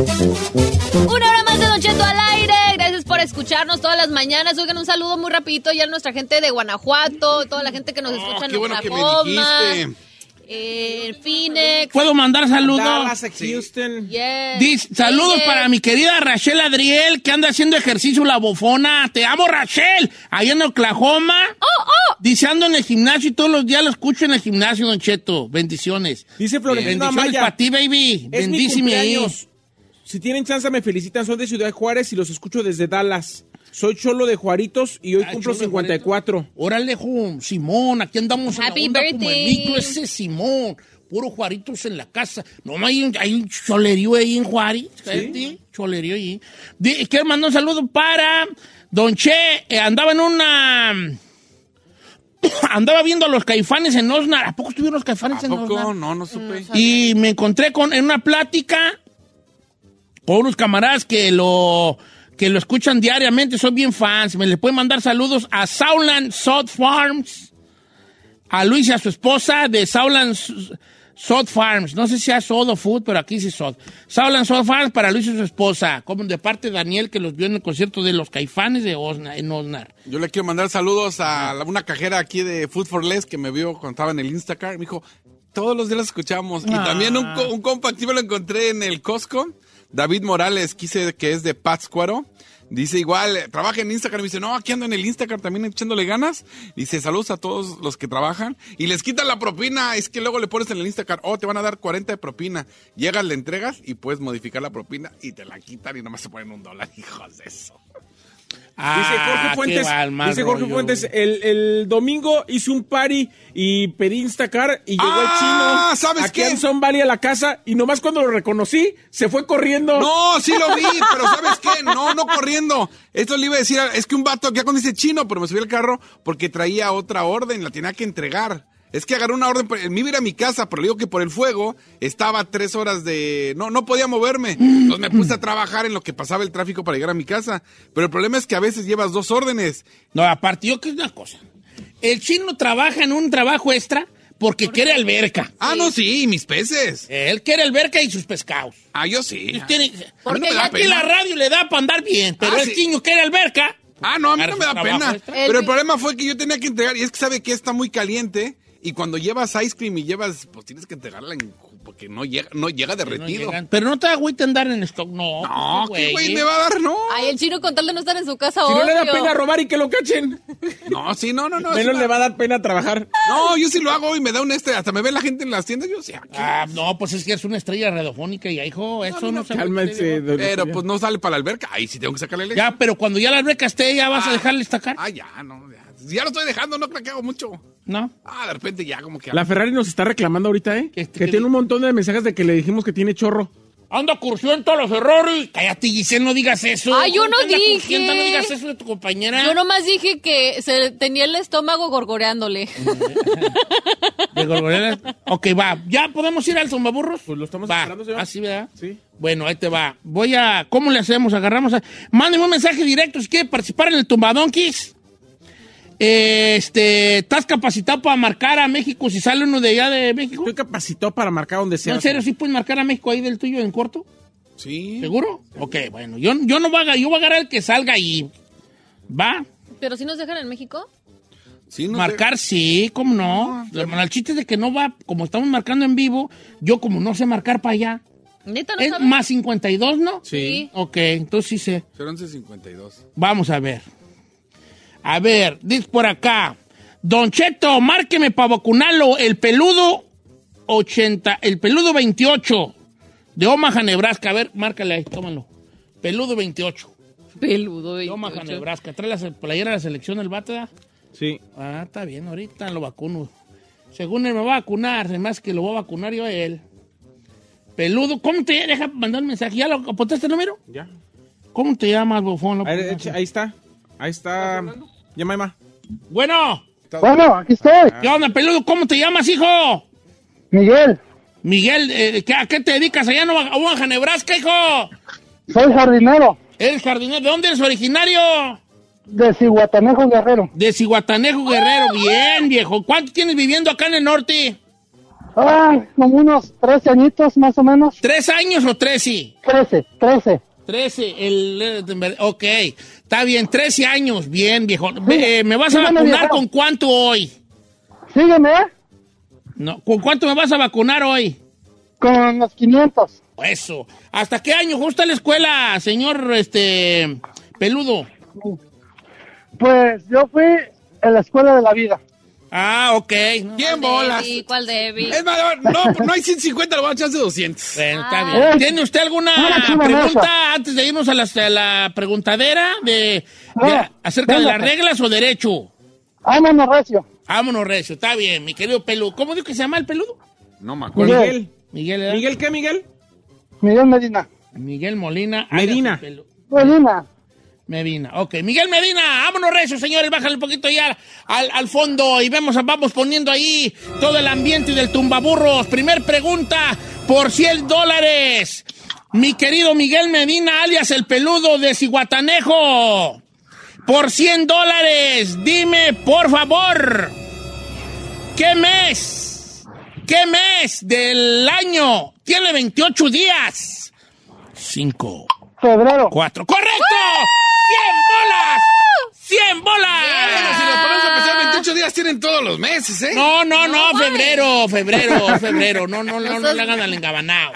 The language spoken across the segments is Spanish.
Una hora más de Don Cheto al aire. Gracias por escucharnos todas las mañanas. Oigan, un saludo muy rapidito ya a nuestra gente de Guanajuato, toda la gente que nos escucha en Oh, qué bueno que me Oklahoma, dijiste. eh, en Phoenix. ¿Puedo mandar saludos? Dallas, Houston. yes, Dice, saludos Phoenix. para mi querida Rachel Adriel, que anda haciendo ejercicio la bofona. Te amo, Rachel. Allá en Oklahoma. Dice, ando en el gimnasio y todos los días lo escucho en el gimnasio, Don Cheto. Bendiciones. Dice Florentino Bendiciones Amaya. para ti, baby. Es mi Bendísime ahí. cumpleaños. Si tienen chance, me felicitan. Son de Ciudad Juárez y los escucho desde Dallas. Soy Cholo de Juaritos y hoy Ah, cumplo Cholo de 54. Órale, jo, Simón, aquí andamos Happy en la onda como el birthday. micro ese Simón. Puro Juaritos en la casa. No, hay un, hay un cholerío ahí en Juárez. cállate, Cholerío ahí. Di- Quiero mandar un saludo para Don Che. eh, andaba en una... Andaba viendo a los caifanes en Osnar. ¿A poco estuvieron los caifanes ¿A en Osnar? poco? No, no supe. Y me encontré con, en una plática con unos camaradas que lo, que lo escuchan diariamente, son bien fans. Me les pueden mandar saludos a Southland South Farms, a Luis y a su esposa de Southland S- South Farms. No sé si es South o Food, pero aquí sí South. Southland South Farms para Luis y su esposa, como de parte de Daniel que los vio en el concierto de los Caifanes de Osna, en Osnar. Yo le quiero mandar saludos a la- una cajera aquí de Food for Less que me vio cuando estaba en el Instacart. Me dijo, todos los días la escuchamos. Y también un, co- un compa aquí me lo encontré en el Costco. David Morales, quise que es de Pátzcuaro. Dice igual, eh, trabaja en Instagram. Me dice, no, aquí ando en el Instagram también echándole ganas. Dice, saludos a todos los que trabajan. Y les quitan la propina. Es que luego le pones en el Instagram, oh, te van a dar 40 de propina. Llegas, le entregas y puedes modificar la propina y te la quitan y nomás se ponen un dólar. Hijos de eso. Dice Ah, Jorge qué Fuentes, mal, mal dice Jorge rollo, Fuentes güey. el, el domingo hice un party y pedí Instacar y llegó Ah, el chino ¿sabes aquí qué? en Son Valley a la casa y nomás cuando lo reconocí se fue corriendo. No, sí lo vi, pero ¿sabes qué? No, no corriendo. Esto le iba a decir, es que un vato, ya cuando dice chino, pero me subí al carro porque traía otra orden, la tenía que entregar. Es que agarró una orden, pero me iba a ir a mi casa, pero le digo que por el fuego estaba a tres horas de... No, no podía moverme. Entonces me puse a trabajar en lo que pasaba el tráfico para llegar a mi casa. Pero el problema es que a veces llevas dos órdenes. No, aparte, yo que es una cosa. El chino trabaja en un trabajo extra porque quiere alberca. Ah, no, sí, mis peces. Él quiere alberca y sus pescados. Ah, yo sí. Él tiene- A mí no porque me da aquí la pena. radio le da para andar bien, pero Ah, el sí. chino quiere alberca. Ah, no, a mí Para no su me da trabajo pena. extra. Pero el problema fue que yo tenía que entregar, y es que sabe que está muy caliente, y cuando llevas ice cream y llevas, pues tienes que entregarla en- porque no llega, no llega No derretido. llegan. pero no te agüite andar en stock. No, No, pues, ¿qué güey eh. me va a dar? No. Ay, el chino con tal de no estar en su casa Si no le da obvio. pena robar y que lo cachen, No, sí, no, no, no. sí menos me- le va a dar pena trabajar. No, yo sí lo hago y me da un este, hasta me ve la gente en las tiendas, yo sí. ah, qué- Ah, no, pues es que es una estrella radiofónica y hijo, eso no, se Cálmense. don Pero Eusebio. pues no sale para la alberca, ahí sí tengo que sacarle leche. Ya, pero cuando ya la alberca esté, ya vas a Ah. dejarle estacar. Ah, ya, no, ya. Ya lo estoy dejando, no creo que hago mucho. No. Ah, de repente ya como que... La Ferrari nos está reclamando ahorita, ¿eh? ¿Qué- qué Que tiene este di- un montón de mensajes de que le dijimos que tiene chorro. Anda cursión todos los errores. Cállate, Giselle, no digas eso. Ay, yo no Anda dije. cursienta, no digas eso de tu compañera. Yo nomás dije que se tenía el estómago gorgoreándole. De Gorgoreras. ok, va. ¿Ya podemos ir al zumbaburros? Pues lo estamos Va. esperando, señor. Ah, sí, ¿verdad? Sí. Bueno, ahí te va. Voy a... ¿Cómo le hacemos? Agarramos a... Mándeme un mensaje directo si quiere participar en el tumbadonquis. Este... ¿Estás capacitado para marcar a México si sale uno de allá de México? Estoy capacitado para marcar donde sea. No, en serio, ¿sí puedes marcar a México ahí del tuyo en corto? Sí. ¿Seguro? Ok, bueno. Yo, yo no voy a... Yo voy a agarrar el que salga ahí. ¿Va? ¿Pero si nos dejan en México? Sí, no Marcar sí, ¿cómo no? Hermano, el chiste es de que no va, como estamos marcando en vivo, yo como no sé marcar para allá. Neta, no Es sabes? más 52, ¿no? Sí. Ok, entonces sí sé. sé. Será 11.52. Vamos a ver. A ver, dice por acá. Don Cheto, márqueme para vacunarlo. El peludo 80, el peludo 28 de Omaha, Nebraska. A ver, márcale ahí, tómalo. Peludo 28 Peludo. de y- Omaha, Nebraska. Trae la se- playera de la selección del bata. Sí. Ah, está bien, ahorita lo vacuno. Según él me va a vacunar, además que lo voy a vacunar yo a él. Peludo, ¿cómo te Deja mandar un mensaje. ¿Ya lo apuntaste el número? Ya. ¿Cómo te llamas, bofón? Lo Ahí, apuntaste. ahí está. Ahí está. Ya, Maima. Ah. Bueno. Bueno, aquí estoy, ¿Qué onda, peludo? ¿Cómo te llamas, hijo? Miguel. Miguel, eh, ¿qué- ¿a qué te dedicas allá en Oaxa, Oaxa, Nebraska, hijo? Soy jardinero Eres jardinero. ¿De dónde eres originario? de Cihuatanejo Guerrero. De Cihuatanejo, Guerrero. Bien, viejo. ¿Cuánto tienes viviendo acá en el norte? Ah, como unos 13 añitos más o menos. ¿Tres años o trece? 13, 13. Trece. El, eh, ok. Está bien, trece años. Bien, viejo. Ve, eh, ¿Me vas a Dígame, vacunar viejo. con cuánto hoy? Sígueme, ¿eh? No, ¿Con cuánto me vas a vacunar hoy? Con los 500. Eso. ¿Hasta qué año gusta la escuela, señor este peludo? Pues yo fui en la escuela de la vida. Ah, ok. ¿Quién ¿Cuál bolas? débil? ¿Cuál débil? Es más, no, pues, no hay 150, lo voy a echar de 200. Bueno, está bien. Ay. ¿Tiene usted alguna Ah. Una chula pregunta mesa. antes de irnos a la, a la preguntadera de, No, pues. de- acerca de las véngase. reglas o derecho? Ámonos, Recio. Vámonos, Recio. Está bien, mi querido peludo. ¿Cómo dijo que se llama el peludo? No me acuerdo. Miguel. Miguel, ¿verdad? ¿Miguel qué, Miguel? Miguel Medina. Miguel Molina. Medina. hágase pelu- Medina. Medina. Ok, Miguel Medina. Vámonos, Recio, señores. Bájale un poquito ya al, al fondo y vemos, vamos poniendo ahí todo el ambiente del tumbaburros. Primer pregunta por 100 dólares. Mi querido Miguel Medina, alias el peludo de Ciguatanejo. Por 100 dólares, dime, por favor, ¿qué mes? ¿Qué mes del año tiene 28 días? 5, Febrero. Cuatro. ¡Correcto! ¡Cien bolas! ¡Cien Pero si bolas! nos ponemos a pensar, 28 días tienen todos los meses, ¿eh? No, no, no, No, febrero, febrero, febrero. No, no, no, no Eso es- le hagan al engabanao.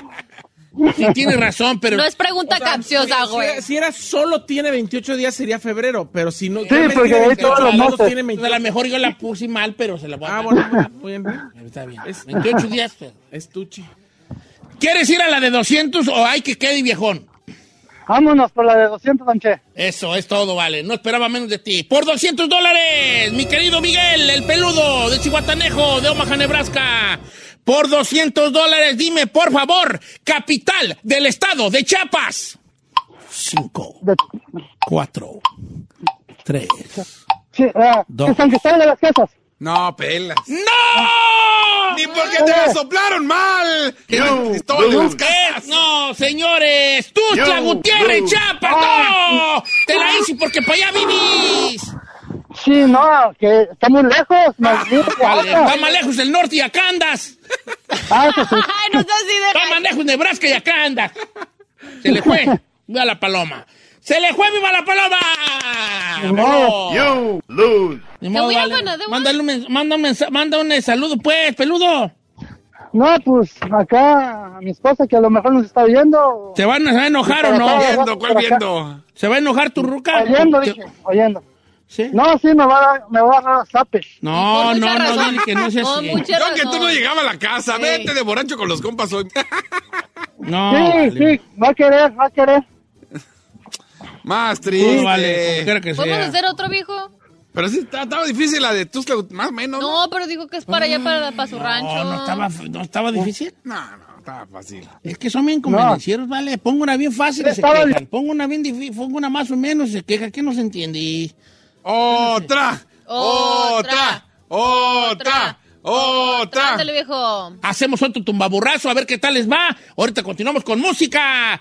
Sí, tiene razón, pero. No es pregunta capciosa, Si güey. era, si era solo tiene 28 días sería febrero, pero si no. Sí, porque ahí todos los meses. tiene A 28. lo mejor yo la puse mal, pero se la voy a Ah, dar. bueno, bueno, muy bien. Está bien. Es- 28 días. pero- Estuche. ¿Quieres ir a la de 200 o hay que quede viejón? Vámonos por la de 200, Anche. Eso es todo, vale. No esperaba menos de ti. Por 200 dólares, mi querido Miguel, el peludo de Chihuatanejo, de Omaha, Nebraska. Por 200 dólares, dime, por favor, capital del estado de Chiapas. Cinco, De, cuatro, tres. sí, ah, Dos. de San Cristóbal de las Casas. No, pelas. ¡No! Ni porque te la soplaron mal. Era Cristóbal de las Casas. Es- Eh, No, señores, Tuxtla Gutiérrez, Chiapas, no. Te la hice porque para allá vinís. Sí, no, que está muy lejos. más bien, Vale, ah, va más lejos el norte y acá andas. ah, que sí. Ay, no seas así de... Está manejo Nebraska y acá anda. Se le fue. Viva la paloma. Se le fue, viva la paloma. Vámonos. You lose. Ni modo, voy a vale. ganar de Mándale un mens- Manda un mensa- manda un saludo, pues, peludo. No, pues acá a mi esposa que a lo mejor nos está viendo. ¿Te van a se va a enojar o no? Viendo, ¿Cuál viendo? ¿Se va a enojar tu ruca? Oyendo, Te- dije, oyendo. ¿Sí? No, sí, me va a dar, me va a dar zapes. No, Con no, mucha no, razón. dile que no sea Con así. mucha Yo que tú no razón. llegabas a la casa. Vete de borracho con los compas hoy. No, Sí, vale. sí, va a querer, va a querer. Más triste. No, Pues, vale, como quiera que ¿Podemos sea. hacer otro viejo? Pero sí, está- estaba difícil la de Tusla, más o menos. No, pero dijo que es para allá, para, para su rancho. Mm, No, no estaba, no estaba difícil. no, no, estaba fácil. Es que son bien convenencieros, vale. Pongo una bien fácil y se Estaba- quejan. Pongo una bien difícil, pongo una más o menos y se queja. ¿Qué no se entiende? Otra, otra, Otra. otra, otra. Ándale, viejo. Hacemos otro tumbaburrazo, a ver qué tal les va. Ahorita continuamos con música.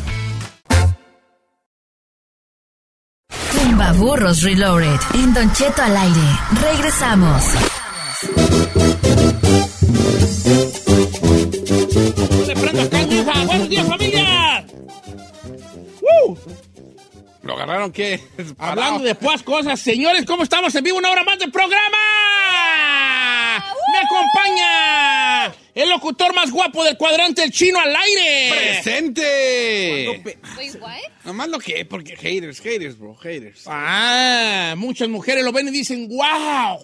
Tumbaburros Reloaded. En Don Cheto al aire. Regresamos. ¡Le prendo acá, jefa! ¡Buenos días, familia! ¿Lo agarraron qué? Hablando de pues cosas, señores, ¿cómo estamos? En vivo una hora más del programa. ¡Me acompaña! El locutor más guapo del cuadrante, el chino al Eh. aire. ¡Presente! Wait, what? Nomás lo que, porque haters, haters, bro, haters. Ah, muchas mujeres lo ven y dicen, wow.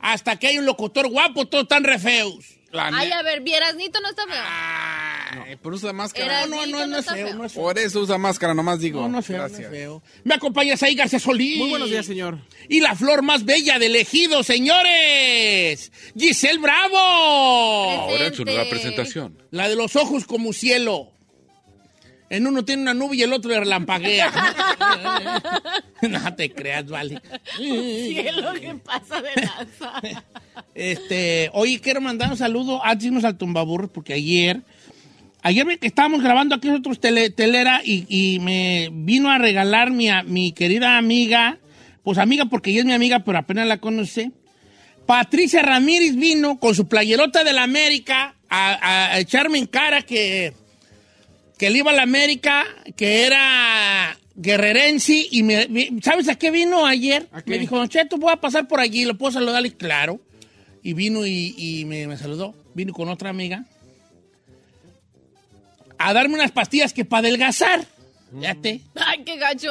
Hasta que hay un locutor guapo, todos están re feos. La Ay, ne- a ver, Vierasnito no está feo. Ay, Por usa máscara. Era- Ah, No, no, no, no es feo, no es feo. Por eso usa máscara, nomás digo. No, no es feo, no es Gracias. feo. Me acompaña ahí García Solís. Muy buenos días, señor. Y la flor más bella del ejido, señores. Giselle Bravo. Ahora en su nueva Presente. presentación. La de los ojos como cielo. En uno tiene una nube y el otro le relampaguea. no te creas, vale. Cielo, que pasa de lanza? Este, hoy quiero mandar un saludo ah, antes de irnos al tumbaburros porque ayer, ayer me- que estábamos grabando aquí nosotros tele- telera y, y me vino a regalar mi, a- mi querida amiga, pues amiga porque ella es mi amiga pero apenas la conoce, Patricia Ramírez vino con su playerota de la América a, a- a echarme en cara que, que le iba a la América, que era guerrerense y me, me- ¿sabes a qué vino ayer? Me dijo, Don Cheto, voy a pasar por allí, lo puedo saludar y claro. Y vino y, y me, me saludó. Vino con otra amiga a darme unas pastillas que para adelgazar. Fíjate. Ay, qué gacho.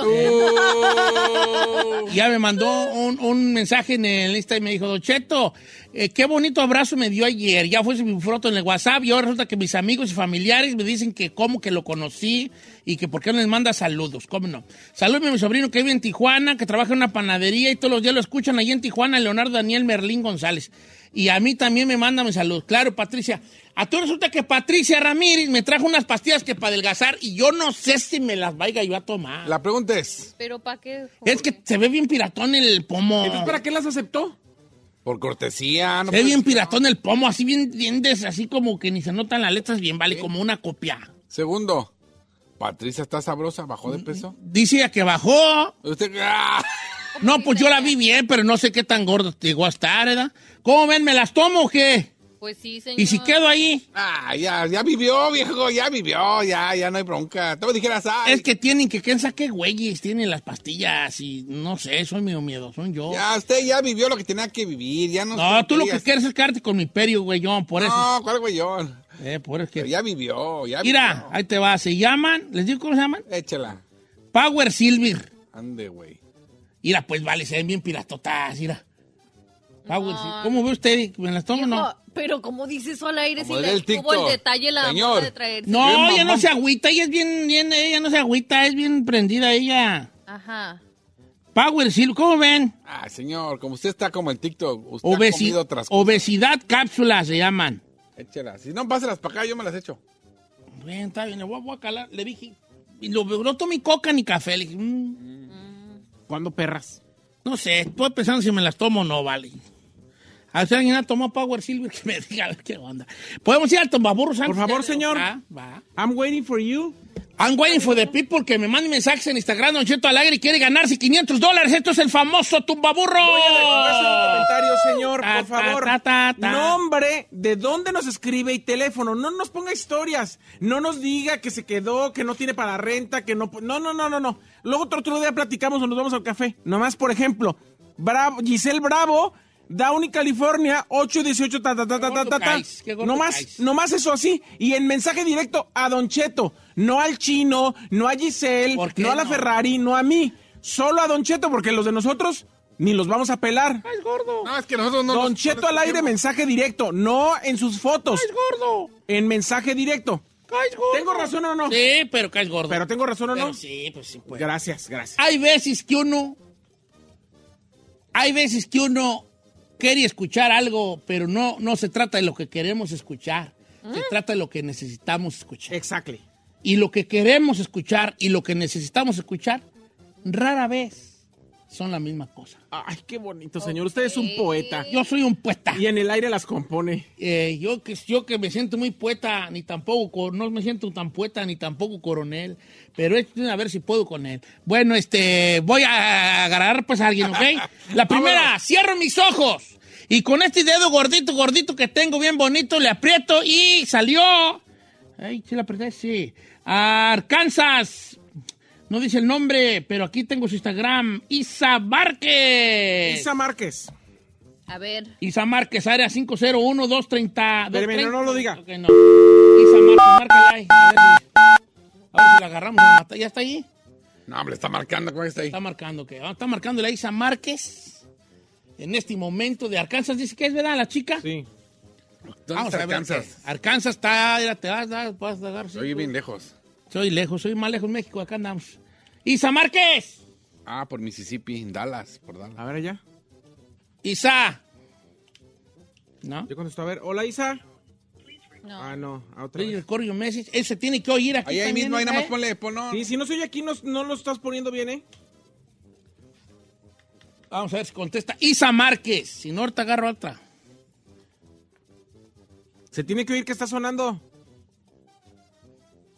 Y Ya me mandó un, un mensaje en el Insta y me dijo, "Don Cheto, eh, qué bonito abrazo me dio ayer. Ya fue mi foto en el WhatsApp y ahora resulta que mis amigos y familiares me dicen que cómo que lo conocí y que por qué no les manda saludos. ¿Cómo no? Salúdeme a mi sobrino que vive en Tijuana, que trabaja en una panadería y todos los días lo escuchan allí en Tijuana, Leonardo Daniel Merlín González. Y a mí también me manda mis saludos. Claro, Patricia. A tú resulta que Patricia Ramírez me trajo unas pastillas que para adelgazar y yo no sé si me las vaya yo a tomar. La pregunta es, Pero ¿para qué? Es que se ve bien piratón el pomo. Entonces, ¿para qué las aceptó? por cortesía, no Se ve bien puedes- piratón el pomo, así bien, bien des- así como que ni se notan las letras bien, vale, como una copia. Segundo, Patricia está sabrosa, bajó de peso. Dice ella que bajó. Usted, ¡Ah! No, pues yo la vi bien, pero no sé qué tan gordo llegó a estar, ¿verdad? ¿Cómo ven? ¿Me las tomo o qué? Pues sí, señor. ¿Y si quedo ahí? Ah, ya, ya vivió, viejo, ya vivió, ya, ya no hay bronca. Tú me dijeras, ay, Es que tienen que, ¿quién sabe qué güeyes? Tienen las pastillas y no sé, soy medio miedoso, yo. ya, usted ya vivió lo que tenía que vivir, ya no... No, tú lo que digas. quieres es quedarte con mi perio, güeyón, por eso. No, cuál güeyón. Eh, por eso Pero que... Ya vivió, ya Mira, ahí te va, se llaman, ¿les digo cómo se llaman? vivió. Échala. Power Silver. Ande, güey. Mira, pues vale, se ven bien piratotas, mira. Power, sí. ¿Cómo ve usted? ¿Me las tomo o Hijo, no? Pero como dice eso al aire, si Como le diría el tuvo el TikTok. detalle la Señor. moda de traerse. No, bien, ella no mamón. se agüita, ella es bien, bien, ella no se agüita, es bien prendida ella. Ajá. Power Seal, ¿cómo ven? Ah, señor, como usted está como el TikTok, usted ha Obesi- comido otras cosas. obesidad cápsula se llaman. Échala. Si no, páselas para acá, yo me las echo. Bien, está bien, le voy, a- voy a calar, le dije, y lo, no tomé coca ni café, le dije, mm, ¿Cuándo perras? no sé, estoy pensando si me las tomo o no, vale. A ver si alguien ha tomado Power Silver, que me diga a ver qué onda. ¿Podemos ir al tomaburros antes? Por favor, señor. Va, va. I'm waiting for you. I'm waiting for the people que me manden mensajes en Instagram, Don Cheto Alegre, y quiere ganarse 500 dólares. Esto es el famoso tumbaburro. Voy a reconocer un comentario, señor, Ta, por ta, favor. ta, ta, ta. Nombre, de dónde nos escribe y teléfono. No nos ponga historias. No nos diga que se quedó, que no tiene para renta, que no. No, no, no, no, no. Luego otro, otro día platicamos o nos vamos al café. Nomás, por ejemplo, Bravo, Giselle Bravo, Downey, California, 818, ta, ta, ta, ta, Qué ta, gordo ta, ta. caes, qué gordo caes. Nomás, nomás eso así. Y en mensaje directo a Don Cheto. No al chino, no a Giselle, ¿Por qué no a la no? Ferrari, no a mí. Solo a Don Cheto, porque los de nosotros ni los vamos a pelar. ¡Ay, gordo! No, es que nosotros no Don nos- Cheto al aire, mensaje directo, no en sus fotos, ¡Ay, gordo! en mensaje directo. ¡Ay, gordo! ¿Tengo razón o no? Sí, pero caes gordo. Pero tengo razón o Pero no? sí, pues sí, pues. Gracias, gracias. Hay veces que uno. Hay veces que uno quiere escuchar algo, pero no, no se trata de lo que queremos escuchar. Se trata de lo que necesitamos escuchar. Exactly. Y lo que queremos escuchar y lo que necesitamos escuchar, rara vez son la misma cosa. Ay, qué bonito, señor. Usted es un poeta. Yo soy un poeta. Y en el aire las compone. Eh, yo, que, yo que me siento muy poeta, ni tampoco, cor- no me siento tan poeta, ni tampoco coronel, pero es, a ver si puedo con él. Bueno, este, voy a agarrar pues a alguien, ¿ok? La primera, cierro mis ojos y con este dedo gordito, gordito que tengo bien bonito, le aprieto y salió. Ay, sí la apreté, sí. Arkansas. No dice el nombre, pero aquí tengo su Instagram. Isa Márquez. Isa Márquez. A ver. Isa Márquez, área 501 230 Espérame, no, no lo diga. Ok, no. Isa Márquez, márcala ahí. A ver si, a ver si la agarramos. la mata- ¿Ya está ahí? No, hombre, está marcando. ¿Cómo está ahí? Está marcando, que Está marcando la Isa Márquez. En este momento de Arkansas, dice que es verdad la chica. Sí. ¿Dónde está Arkansas? qué. eh, Arkansas está, mira, te vas, vas, vas a dar. sí, Oye, tú. bien lejos. Soy lejos, soy más lejos de México, acá andamos. Isa Márquez. Ah, por Mississippi, Dallas, por Dallas. A ver allá. Isa. ¿No? Yo contesto, a ver. Hola, Isa. No. Ah, no. a otra Record vez. your message. Eso se tiene que oír aquí. Ahí, ahí también, mismo, ahí nada más ¿eh? ponle, ponlo. Sí, si no soy aquí, no, no lo estás poniendo bien, ¿eh? Vamos a ver si contesta Isa Márquez. Si no, ahorita agarro otra. Se tiene que oír que está sonando.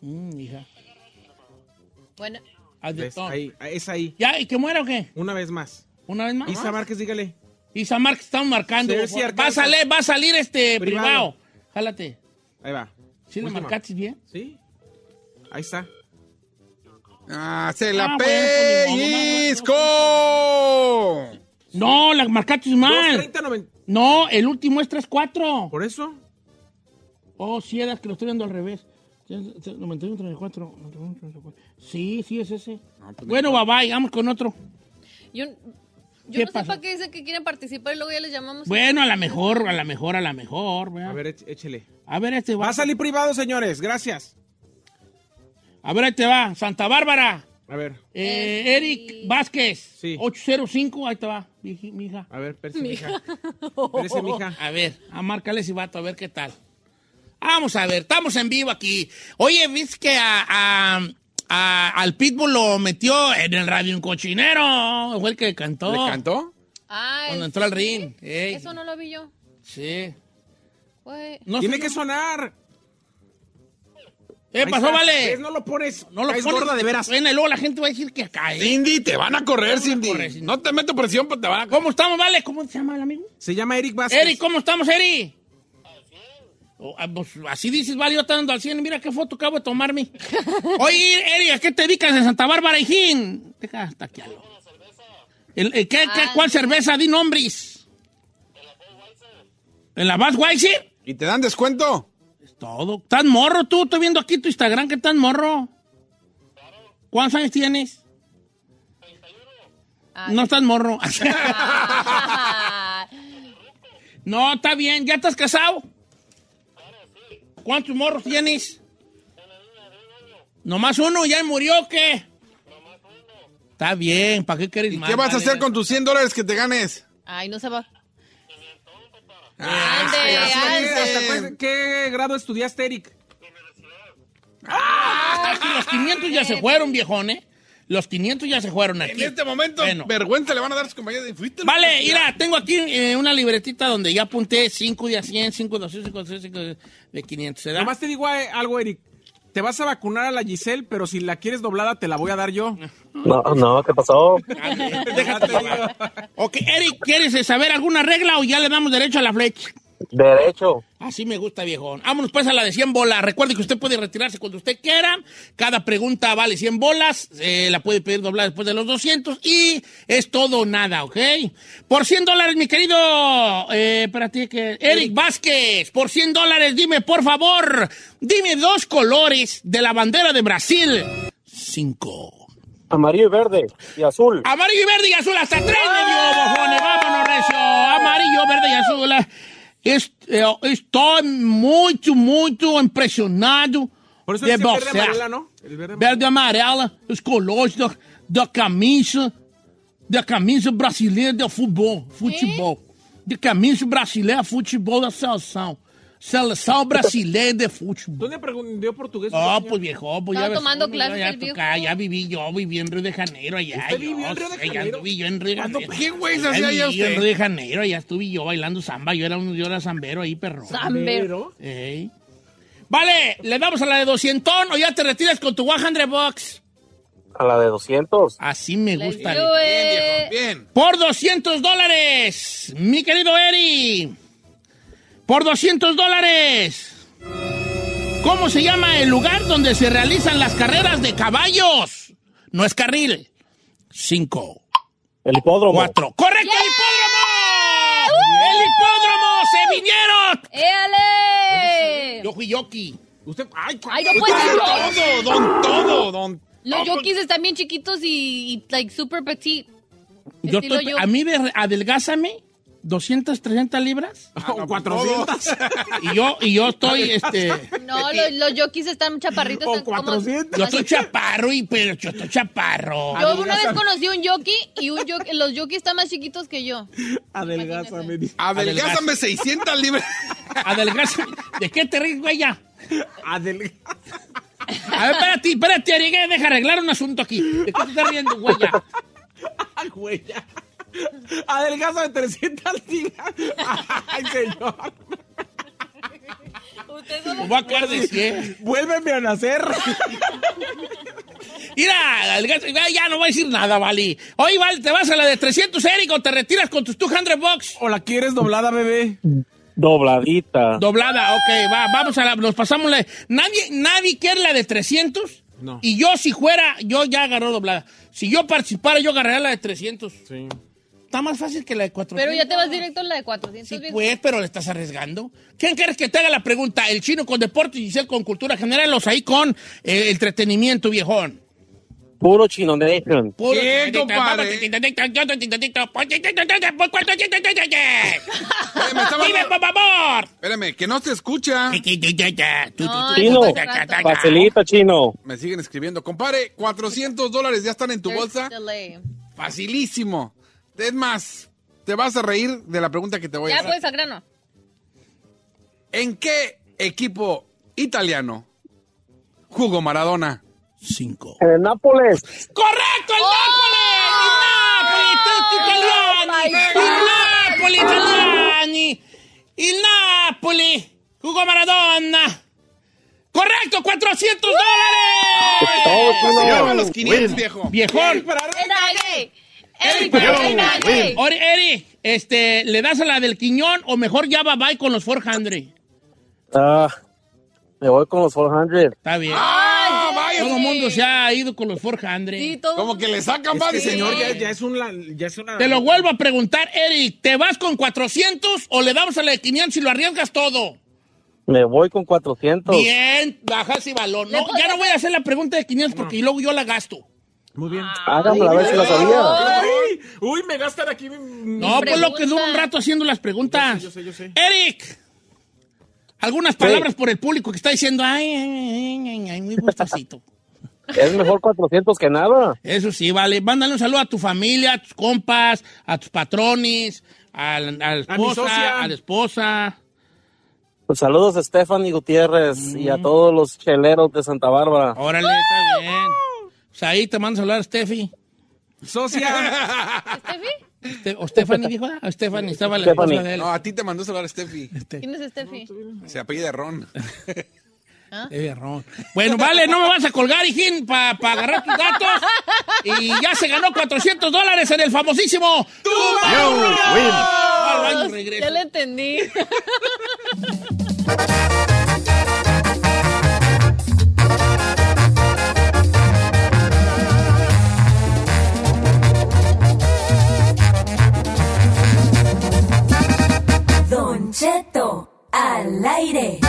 Mm, hija. Bueno. Adiós. ¿Ves? Ahí, es ahí. ¿Ya? ¿Y que muera o qué? Una vez más. ¿Una vez más? Isa Márquez, dígale. Isa Márquez, estamos marcando. Sí, sí, va, a Arkansas. salir, va a salir este privado. Privado. Jálate. Ahí va. ¿Sí le Última. marcaste bien? Sí. Ahí está. Ah, se la Ah, bueno, pues, ni modo, pellizco. No, la marcaste mal. 230, noven- No, el último es 3-4. Por eso. Oh, sí, era que lo estoy viendo al revés. 91, 34, 91, 34. Sí, sí, es ese. bueno, bye bye, vamos con otro. Yo, yo ¿Qué no sé pasó? para qué dicen que quieren participar y luego ya les llamamos. Bueno, a la mejor, a la mejor, a la mejor. vea. A ver, éch- échele. a ver este Va a salir privado, señores. Gracias. A ver, ahí te va. Santa Bárbara. A ver, Eh, Eric Vázquez. Sí. 805. Ahí te va, miji- mija. a ver, espérese, mija. Espérese, mija. A ver, a marcarle ese vato, a ver qué tal. Vamos a ver, estamos en vivo aquí. Oye, ¿viste que a, a- a- al Pitbull lo metió en el radio un cochinero? Fue el que cantó. ¿Le cantó? Ah, Cuando es- entró al ring. Ey, Eso no lo vi yo. Sí. Güey. No Tiene sé- que sonar. ¿Qué Ahí pasó, está. vale? ¿Ves? No lo pones. No lo Caes pones. gorda de veras. Bueno, y luego la gente va a decir que ¿eh? cae. Cindy, te van a Te van correr, a Cindy. correr, Cindy. No te meto presión, pues te van a correr. ¿Cómo estamos, vale? ¿Cómo se llama el amigo? Se llama Eric Vázquez. Eri, ¿cómo estamos, Eri? Oh, ah, pues, así dices, vale, yo te ando al 100. Mira qué foto acabo de tomarme. Oye, Eri, ¿a qué te dedicas en Santa Bárbara, hijín? Deja hasta aquí algo. El, el- ¿qué- qué- Ah, ¿Cuál cerveza? Di nombres. ¿En la Budweiser? ¿Y te dan descuento? Es todo. ¿Tan morro tú? Estoy viendo aquí tu Instagram que tan morro. ¿Cuántos años tienes? Ay. No estás morro. Ah. No, está bien. ¿Ya estás casado? ¿Cuántos morros tienes? ¿Nomás uno? ¿Ya murió o qué? Está bien. ¿Para qué quieres ¿Y más? qué vas a Vale, hacer vale. con tus 100 dólares que te ganes? Ay, no se va. Ah, Ande, ya Así sé. es, Eh. hasta cuál- ¿Qué grado estudiaste, Eric? Ah, es que los 500 ya se fueron, viejón, ¿eh? Los 500 ya se jugaron aquí. En este momento, Bueno. vergüenza le van a dar a su compañía de fuiste. Vale, mira, tengo aquí eh, una libretita donde ya apunté 5 de a 100, 5 de 200, 5 de 200, 5 de 500. ¿Se da? Nomás te digo eh, algo, Eric. Te vas a vacunar a la Giselle, pero si la quieres doblada, te la voy a dar yo. No, no, ¿qué pasó? Déjate, digo. Ok, Eric, ¿quieres eh, saber alguna regla o ya le damos derecho a la flecha? Derecho. Así me gusta, viejón. Vámonos pues a la de 100 bolas. Recuerde que usted puede retirarse cuando usted quiera. Cada pregunta vale 100 bolas. Eh, la puede pedir doblada después de los 200. Y es todo o nada, ¿ok? Por 100 dólares, mi querido... Eh, espérate que... Eric Vázquez, por 100 dólares, dime, por favor, dime dos colores de la bandera de Brasil. Cinco. Amarillo y verde y azul. Ah, Amarillo y verde y azul, hasta tres me dio, bojones. Vámonos, recio. Amarillo, verde y azul. Es- eh, estoy muy, muy impresionado Por eso de dice verde boxear. amarela, ¿no? El verde amarela. Verde, amarela, os colores da, da camisa, da camisa brasileira de futebol, futebol. De camisa brasileira, futebol da seleção. Seleção brasileira de futebol. ¿Dónde aprendió portugués? Ah, señor? pues viejo, pues Estaba ya ves tomando uno, clases ya, el viejo. toca- ya viví yo, viví en Río de Janeiro allá. ¿Usted yo, vivió en Río de sí, ya Janeiro? viví yo en Río de ¿Cuándo? Janeiro. ¿Qué güeyes Ya hacía allá viví yo en usted? Río de Janeiro, allá estuve yo bailando samba, yo era un, yo era zambero ahí, perro. Samber. Pero- Ey. Vale, le damos a la de 200 o ya te retiras con tu 100 box. A la de 200. Así me Let's gusta. do Bien, it. viejo, bien. Por 200 dólares, mi querido Eri. Por 200 dólares. ¿Cómo se llama el lugar donde se realizan las carreras de caballos? No es carril. Cinco, El hipódromo. cuatro. ¡Correcto, el hipódromo! ¡El hipódromo! ¡Se vinieron! ¡Éale! Yo fui yoki. Usted, ay, Ay, no puede ser. Todo, don, todo, don. Los yokis están bien chiquitos y, y, like, super petit. Yo Estilo estoy- yo. A mí de- adelgázame 200, 300 libras con 400. y yo, y yo estoy... este, No, los, los yokis están chaparritos. O están como- 400. Yo estoy chaparro y pero yo estoy chaparro. Yo una vez conocí un yoki y un yoki- los yokis están más chiquitos que yo. Adelgázame. dice. Adelgázame 600 libras. Adelgaza. ¿De qué te ríes, güey? ya? Adelgázame. A ver, espérate, espérate, Arigue, deja arreglar un asunto aquí. ¿De qué te estás riendo, güey? ya? Ay, güey, ya. Adelgázame 300 libras. Ay, señor. Ustedes son Me voy a quedar de cien. Vuélveme a nacer. Mira, adelgaza- ya, ya no voy a decir nada, Vali. Hoy, Vali, te vas a la de 300, Eric, o te retiras con tus 200 bucks. ¿O la quieres doblada, bebé? Dobladita. Doblada, ok, va, vamos a la, nos pasamos la... Nadie, nadie quiere la de 300. No. Y yo, si fuera, yo ya agarró doblada. Si yo participara, yo agarraría la de 300. Sí. Está más fácil que la de 400. Pero ya te vas directo a la de 400. Sí, viejo. pues, pero le estás arriesgando. ¿Quién quieres que te haga la pregunta? El chino con deporte y Giselle con cultura general, los ahí con eh, entretenimiento, viejón. Puro Chino Nation. Puro- Bien, compadre. Eh, me está ¡Dime, mandando- por favor! Espérame, que no se escucha. No, Chino. eso es rato. Facilita, Chino. Me siguen escribiendo. Compare, 400 dólares ya están en tu There's bolsa. delay. Facilísimo. Es más, te vas a reír de la pregunta que te voy a Ya hacer. pues. puedes al grano. ¿En qué equipo italiano jugó Maradona? Cinco. En el Nápoles. ¡Correcto, Oh. el Napoli! ¡Il Napoli, tutti italiani! ¡Il Napoli, italiani! ¡Il Napoli! ¡Hugo Maradona! ¡Correcto, 400 Todo, dólares! Chino. Lleva los 500, viejo. Viejón, ¡Enale! Eric, Ori, Eric, este, ¿le das a la del Quiñón o mejor ya va bye con los 400? Ah, me voy con los 400. Está bien. ¡Ah, vaya! Todo el mundo se ha ido con los 400. Sí, todo. Como que le sacan más, Sí, señor, señor. ya, ya es una... Ya es una... Te lo vuelvo a preguntar, Eric, ¿te vas con 400 o le damos a la de 500 si lo arriesgas todo? Me voy con 400. Bien, bajas y balón. No, ya no voy a hacer la pregunta de 500 porque luego yo la gasto. Muy bien. Hágamela Ah, a ver si la sabía. Uy, uy, me gastan aquí. No, pues lo pregunta. que dura un rato haciendo las preguntas. Yo sé, yo sé, yo sé. Eric, algunas palabras por el público que está diciendo, ay, ay, ay, ay, ay, muy gustosito. Es mejor 400 que nada. Eso sí, vale. Mándale un saludo a tu familia, a tus compas, a tus patrones, a la, a la A mi esposa, socia. a, la esposa. Pues saludos a Mm. Ah. Stephanie Gutiérrez y a todos los cheleros de Santa Bárbara. Órale, está bien. O sea, ahí te mando a saludar a Steffi. Socia. Este- ¿O Stephanie dijo? ah, o Stephanie, estaba la Stephanie. esposa de él. No, a ti te mandó a saludar Steffi. Este. ¿Quién es Steffi? Se apellida Ron. Steffi Ron. Bueno, vale, no me vas a colgar, hijín, para agarrar tus datos. Y ya se ganó 400 dólares en el famosísimo... ¡Tú Dios, Ya le entendí. Don Cheto al aire.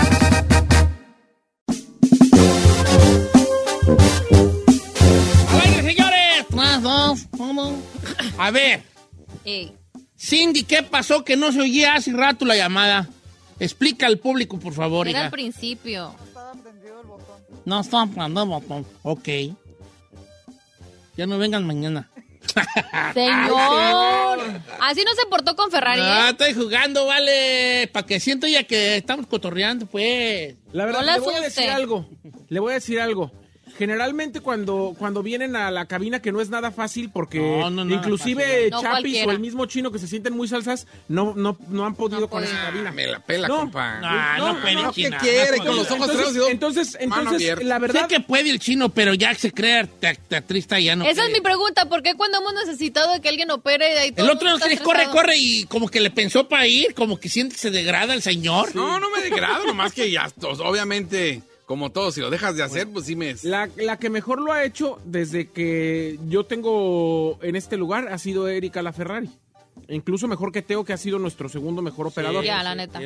señores! Más dos, uno. A ver, Ey, Cindy, ¿qué pasó que no se oía hace rato la llamada? Explica al público, por favor. era al hija. principio. No estaba prendido el botón. Ok. Ya no vengan mañana. Señor. Así no se portó con Ferrari. ¿eh? Ah, estoy jugando, vale. Para que siento ya que estamos cotorreando, pues. La verdad, No la le voy a asuste. decir algo. Le voy a decir algo. Generalmente cuando, cuando vienen a la cabina, que no es nada fácil, porque No, no, nada inclusive fácil, ¿eh? no. No Chapis cualquiera. o el mismo chino que se sienten muy salsas, no, no, no han podido con esa cabina. Ah, Me la pela, compa. Ah, no, puede el ¿qué chino. quiere? No Con los puede. ojos cerrados y eh, dos Entonces, Ah, entonces, manos abiertas. la verdad- Sé que puede el chino, pero ya se cree art- act- actriz ya no. Esa es quiere. mi pregunta. ¿Por qué cuando hemos necesitado de que alguien opere ahí todo El otro mundo no está corre, estresado? corre y como que le pensó para ir, como que siente que se degrada el señor. No, no me degrado, nomás que ya, pues, obviamente, como todo, si lo dejas de hacer, pues sí me... La, la que mejor lo ha hecho desde que yo tengo en este lugar ha sido Erika La Ferrari. Incluso mejor que Teo, que ha sido nuestro segundo mejor operador. ya, la neta.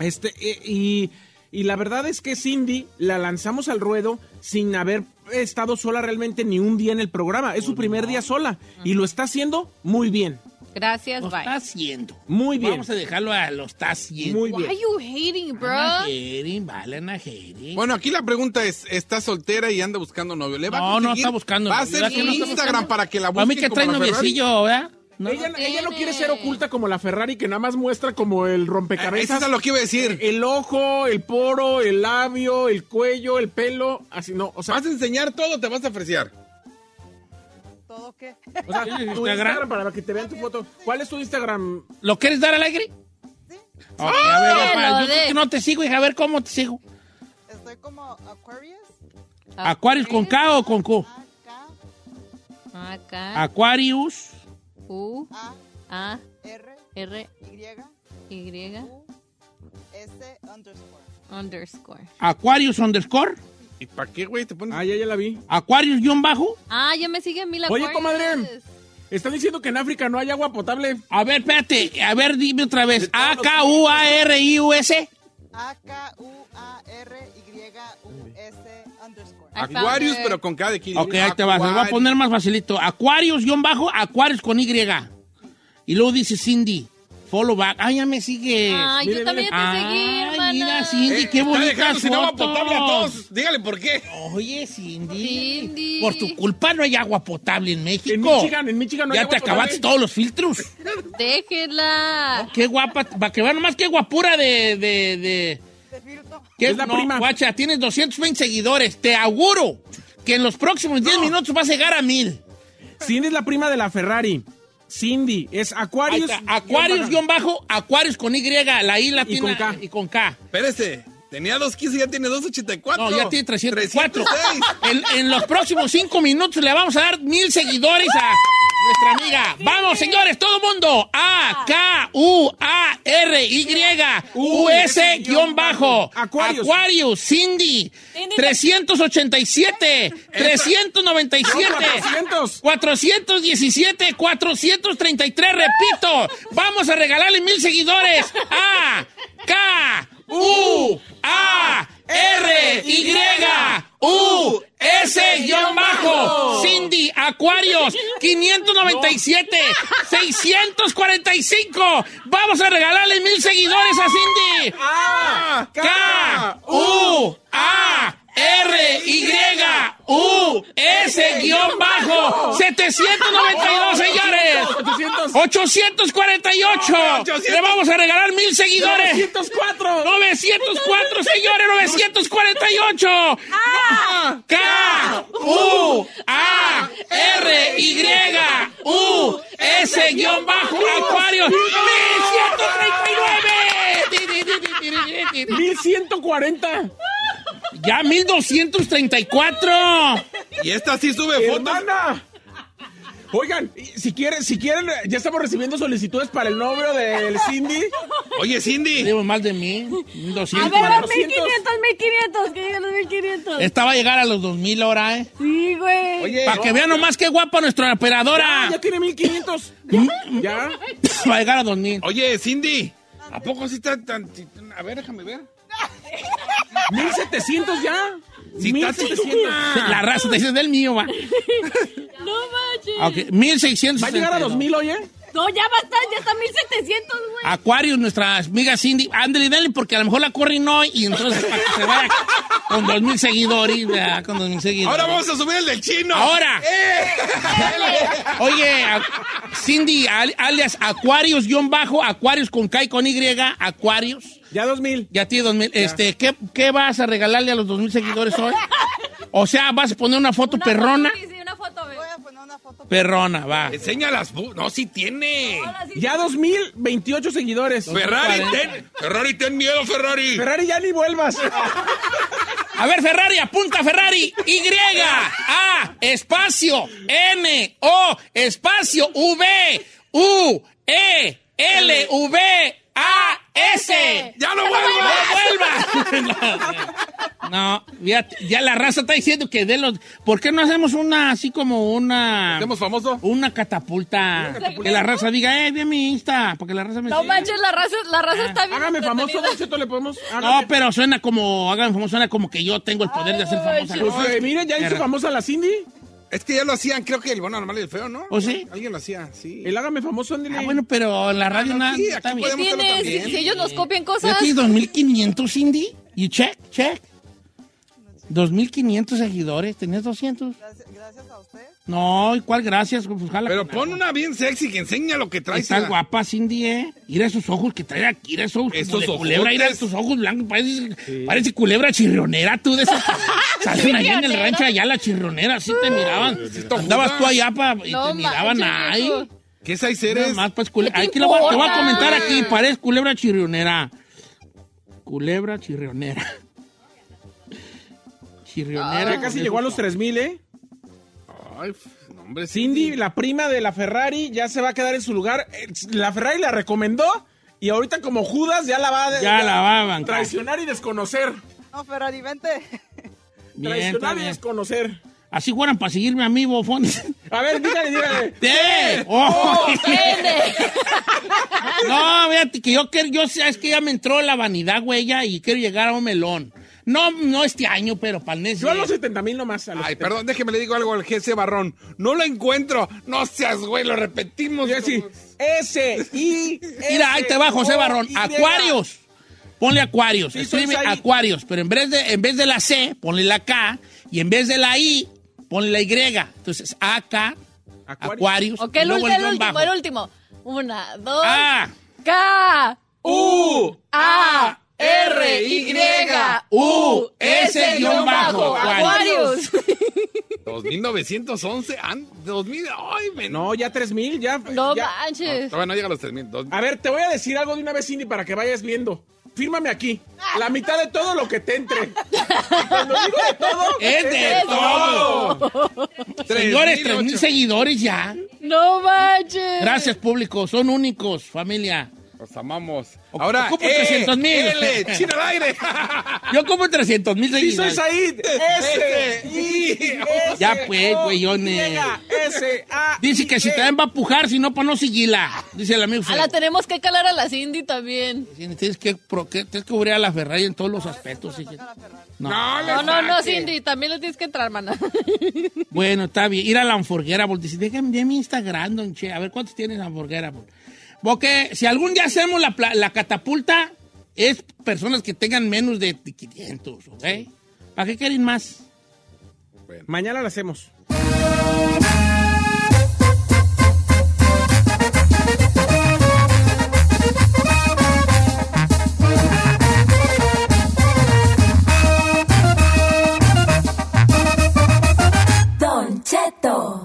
Este, eh, y, y la verdad es que Cindy la lanzamos al ruedo sin haber estado sola realmente ni un día en el programa. Es su primer día sola y lo está haciendo muy bien. Gracias, bye. está haciendo. Muy bien. Vamos a dejarlo a los está haciendo. Muy Why you hating, bro? Ana Jering, vale, Ana Jering. Bueno, aquí la pregunta es, ¿está soltera y anda buscando novio? ¿Le va a No, conseguir? no está buscando Va a novio, ser ¿verdad que su no está Instagram buscando? para que la busque A mí que trae como la Ferrari. noviecillo, ¿verdad? No. ella, ella no quiere ser oculta como la Ferrari, que nada más muestra como el rompecabezas. Eh, eso es lo que iba a decir. El ojo, el poro, el labio, el cuello, el pelo. Así no. O sea, ¿Vas a enseñar todo o te vas a ofrecer? ¿Todo qué? O sea, ¿Tienes Instagram? tu Instagram? para que te vean tu foto. ¿Cuál es tu Instagram? ¿Lo quieres dar al aire? Sí. a ver, papá, yo creo que no te sigo, hija. A ver cómo te sigo. Estoy como Aquarius. ¿Aquarius con K o con Q? Acá. Ah. Aquarius. U. A. A. R. R. Y. S underscore. Underscore. Aquarius underscore. ¿Y para qué, güey? Te pones... Ah, ya, ya la vi. Aquarius guión bajo. Ah, ya me sigue a mí la Oye, Aquarius. comadre. Están diciendo que en África no hay agua potable. A ver, espérate. A ver, dime otra vez. A-K-U-A-R-I-U-S. A K U A R Y U S underscore. Aquarius, pero con cada de kid. Ok, ahí te vas. Lo voy a poner más facilito. Aquarius guión bajo. Aquarius con Y. Y luego dice Cindy. Follow back. Ah, ya me sigue. Ay, yo también te seguí, hermana. mira, Cindy, qué Eh, Está bonita dejando sin agua potable a fotos. todos. Dígale por qué. Oye, Cindy. Por tu culpa no hay agua potable en México. En Michigan, en Michigan no hay ya agua te acabaste potable. todos los filtros. Déjela. Qué guapa, va que va nomás, qué guapura de... de, de ¿Qué Es la no, prima. Guacha, tienes 220 seguidores. Te auguro que en los próximos 10 minutos vas a llegar a mil. Cindy es la prima de la Ferrari. Cindy es Ahí Aquarius. está, Aquarius guión bajo, Aquarius con Y, la I latina con K. y con K. Espérese, tenía 2.15 y ya tiene 2.84. No, ya tiene 304. en, en los próximos 5 minutos le vamos a dar mil seguidores a nuestra amiga. Vamos, señores, todo el mundo. A, K, U, A, R, Y, U, S, guión bajo. Aquarius. Aquarius, Cindy. 387, 397, 400. 417, 433, repito, vamos a regalarle mil seguidores a K U A R Y U S guión bajo Cindy Acuarios 597 645 vamos a regalarle mil seguidores a Cindy Ah, A K U A R Y U S guión bajo 792, señores. 848. Le vamos a regalar mil seguidores. 904. 904, señores. 948. K U A R Y U S guión bajo Acuario 1139. 1140. Ya 1234. Y esta sí sube fotos. ¡Hermana! Oigan, y si quieren, si quieren, ya estamos recibiendo solicitudes para el novio del Cindy. Oye, Cindy. Digo más de A mí. 200. ver, los 400. 1500, 1500, que lleguen los 1500. Esta va a llegar a los 2000 ahora, ¿eh? Sí, güey. Oye, Para que no, vean nomás qué guapa nuestra operadora. Mm. Ya, ya tiene 1500. ya. Va a llegar a 2000. Oye, Cindy. ¿A poco sí está tan.? A ver, déjame ver. 1700 ya. Sí, está chiquita. La raza te dice del mío, va. No manches. Ok, 1600. Va a llegar a 2000, eh? oye. No, ya basta, ya está 1700, güey. Acuarios, nuestra amiga Cindy. Ándale, dale, porque a lo mejor la corren hoy y entonces para que se vaya con 2000 seguidores. ¿verdad? Con 2000 seguidores. Ahora vamos a subir el del chino. ¡Eh! Ahora. Oye, a- Cindy, al- alias Acuarios, guión bajo, Acuarios con K y con Y, Acuarios. Ya 2000. Ya tiene 2000. Este, ¿qué, ¿Qué vas a regalarle a los 2000 seguidores hoy? O sea, ¿vas a poner una foto Una perrona? foto, Sí, sí, una foto, güey. Voy a poner una foto. Perrona, va. Enseña las. bu- No, sí tiene. Ahora sí. Ya 2028 seguidores. Ferrari, Cuarenta. ten. Ferrari, ten miedo, Ferrari. Ferrari, ya ni vuelvas. A ver, Ferrari, apunta Ferrari. Y, Ah. A, espacio, N, O, espacio, V, U, E, L, V, A, S. ¡Ya no ¡No vuelva! No, ya, ya la raza está diciendo que de los... ¿Por qué no hacemos una, así como una... ¿Hacemos famoso? Una catapulta. Que la raza diga, eh, ve mi Insta, porque la raza me No sigue. manches, la raza, la raza está bien. Hágame famoso, entretenida. Don Cheto, le podemos. Ah. Ah, No, Hágame. pero suena como, hagan famoso, suena como que yo tengo el poder de hacer famosa. Ay, Pues No, eh, miren, ya hizo famosa la Cindy. Es que ya lo hacían, creo que el bueno, normal y el feo, ¿no? ¿O ¿Oh, sí? Alguien lo hacía, sí. El hágame famoso, ándele. Ah, bueno, pero la radio nada. sí, está aquí bien. podemos- Tiene- también. si, si ellos nos copian Ya cosas. tienes 2500, Cindy. Y check, check. 2500 seguidores. ¿Tenías 200? Gracias, gracias a usted. No, ¿y cuál? Gracias. Pues, jala Pero con- pon una bien sexy que enseña lo que traes. Está la- guapa, Cindy, ¿eh? Mira esos ojos que trae aquí, mira esos ojos como Esos de culebra, mira ojotes. esos pues, ojos blancos, parece, parece culebra chirrionera, tú de esas. Salían ahí en el Ah, Chirrionera. rancho allá, la chirronera, así te miraban. Andabas tú allá pa, y No te miraban manches, ahí. viejo. ¿Qué seis Nada eres? más, pues, cule- ¿Qué te Aquí lo voy, a- te voy a importa? comentar aquí, parece culebra chirrionera. Culebra chirrionera. Chirrionera. Ah, Ya casi llegó a los 3000, ¿eh? Ay, f- no, hombre, Cindy, la prima de la Ferrari, ya se va a quedar en su lugar. Eh, La Ferrari la recomendó y ahorita como Judas ya la va a Ya la va a bancar. traicionar y desconocer. No, Ferrari, vente. Bien, está traicionar y bien. desconocer. Así fueran para seguirme a mí, bofón. A ver, dígale, dígale. ¡Té! ¡Oh! No, fíjate que yo quiero, yo sé, es que ya me entró la vanidad, güey, ya, y quiero llegar a un melón. No, no este año, pero para el necio. Yo a los 70 mil nomás. a los Ay, 70,000. perdón, déjeme le digo algo al GC Barrón. No lo encuentro. No seas güey, lo repetimos. Y así, como- S, I, E. Mira, ahí te va, José Barrón. Acuarios. Ponle acuarios. Sí, Escribe soy ahí. acuarios, pero en vez, de, en vez de la C, ponle la K, y en vez de la I, ponle la Y. Entonces, AK, Acuario. acuarios. Ok, y el, luego ul- el el guión último, bajo. el último. Una, dos. Ah, K. U. A. R. Y. U. S guión bajo. Acuarios. 2911. an- 2000. Ay, men. No, ya 3000, ya. No ya. manches. Todavía no llega a los 3000. dos- A ver, te voy a decir algo de una vez, Cindy, para que vayas viendo. Fírmame aquí. La mitad de todo lo que te entre. Cuando digo de todo, Es de todo. Señores, 3.000 3008. seguidores ya. No manches. Gracias, público. Son únicos, familia. Los amamos. Oc- Ahora, ocupo E, 300,000. L, chino al aire. Yo como 300 mil Sí, soy seguidores. Said. S, I, S, Ya pues, O, güeyones. Y, S, A. Dice que I, si E. te dan va a pujar, si no, pa' no seguila. Dice el amigo. A Ah, la tenemos que calar a la Cindy también. Tienes que, pro- que- tienes que cubrir a la Ferrari en todos los aspectos. sí. No. No, le No, no, no, saque. Cindy, también le tienes que entrar, mana. Bueno, está bien. Ir a la hamburguera, porque dice, déjame de mi Instagram, don Che. A ver, ¿cuántos tienes la hamburguera? bol? Porque si algún día hacemos la, pla- la catapulta, es personas que tengan menos de 500, ¿ok? ¿Para qué quieren más? Mañana la hacemos. Don Cheto.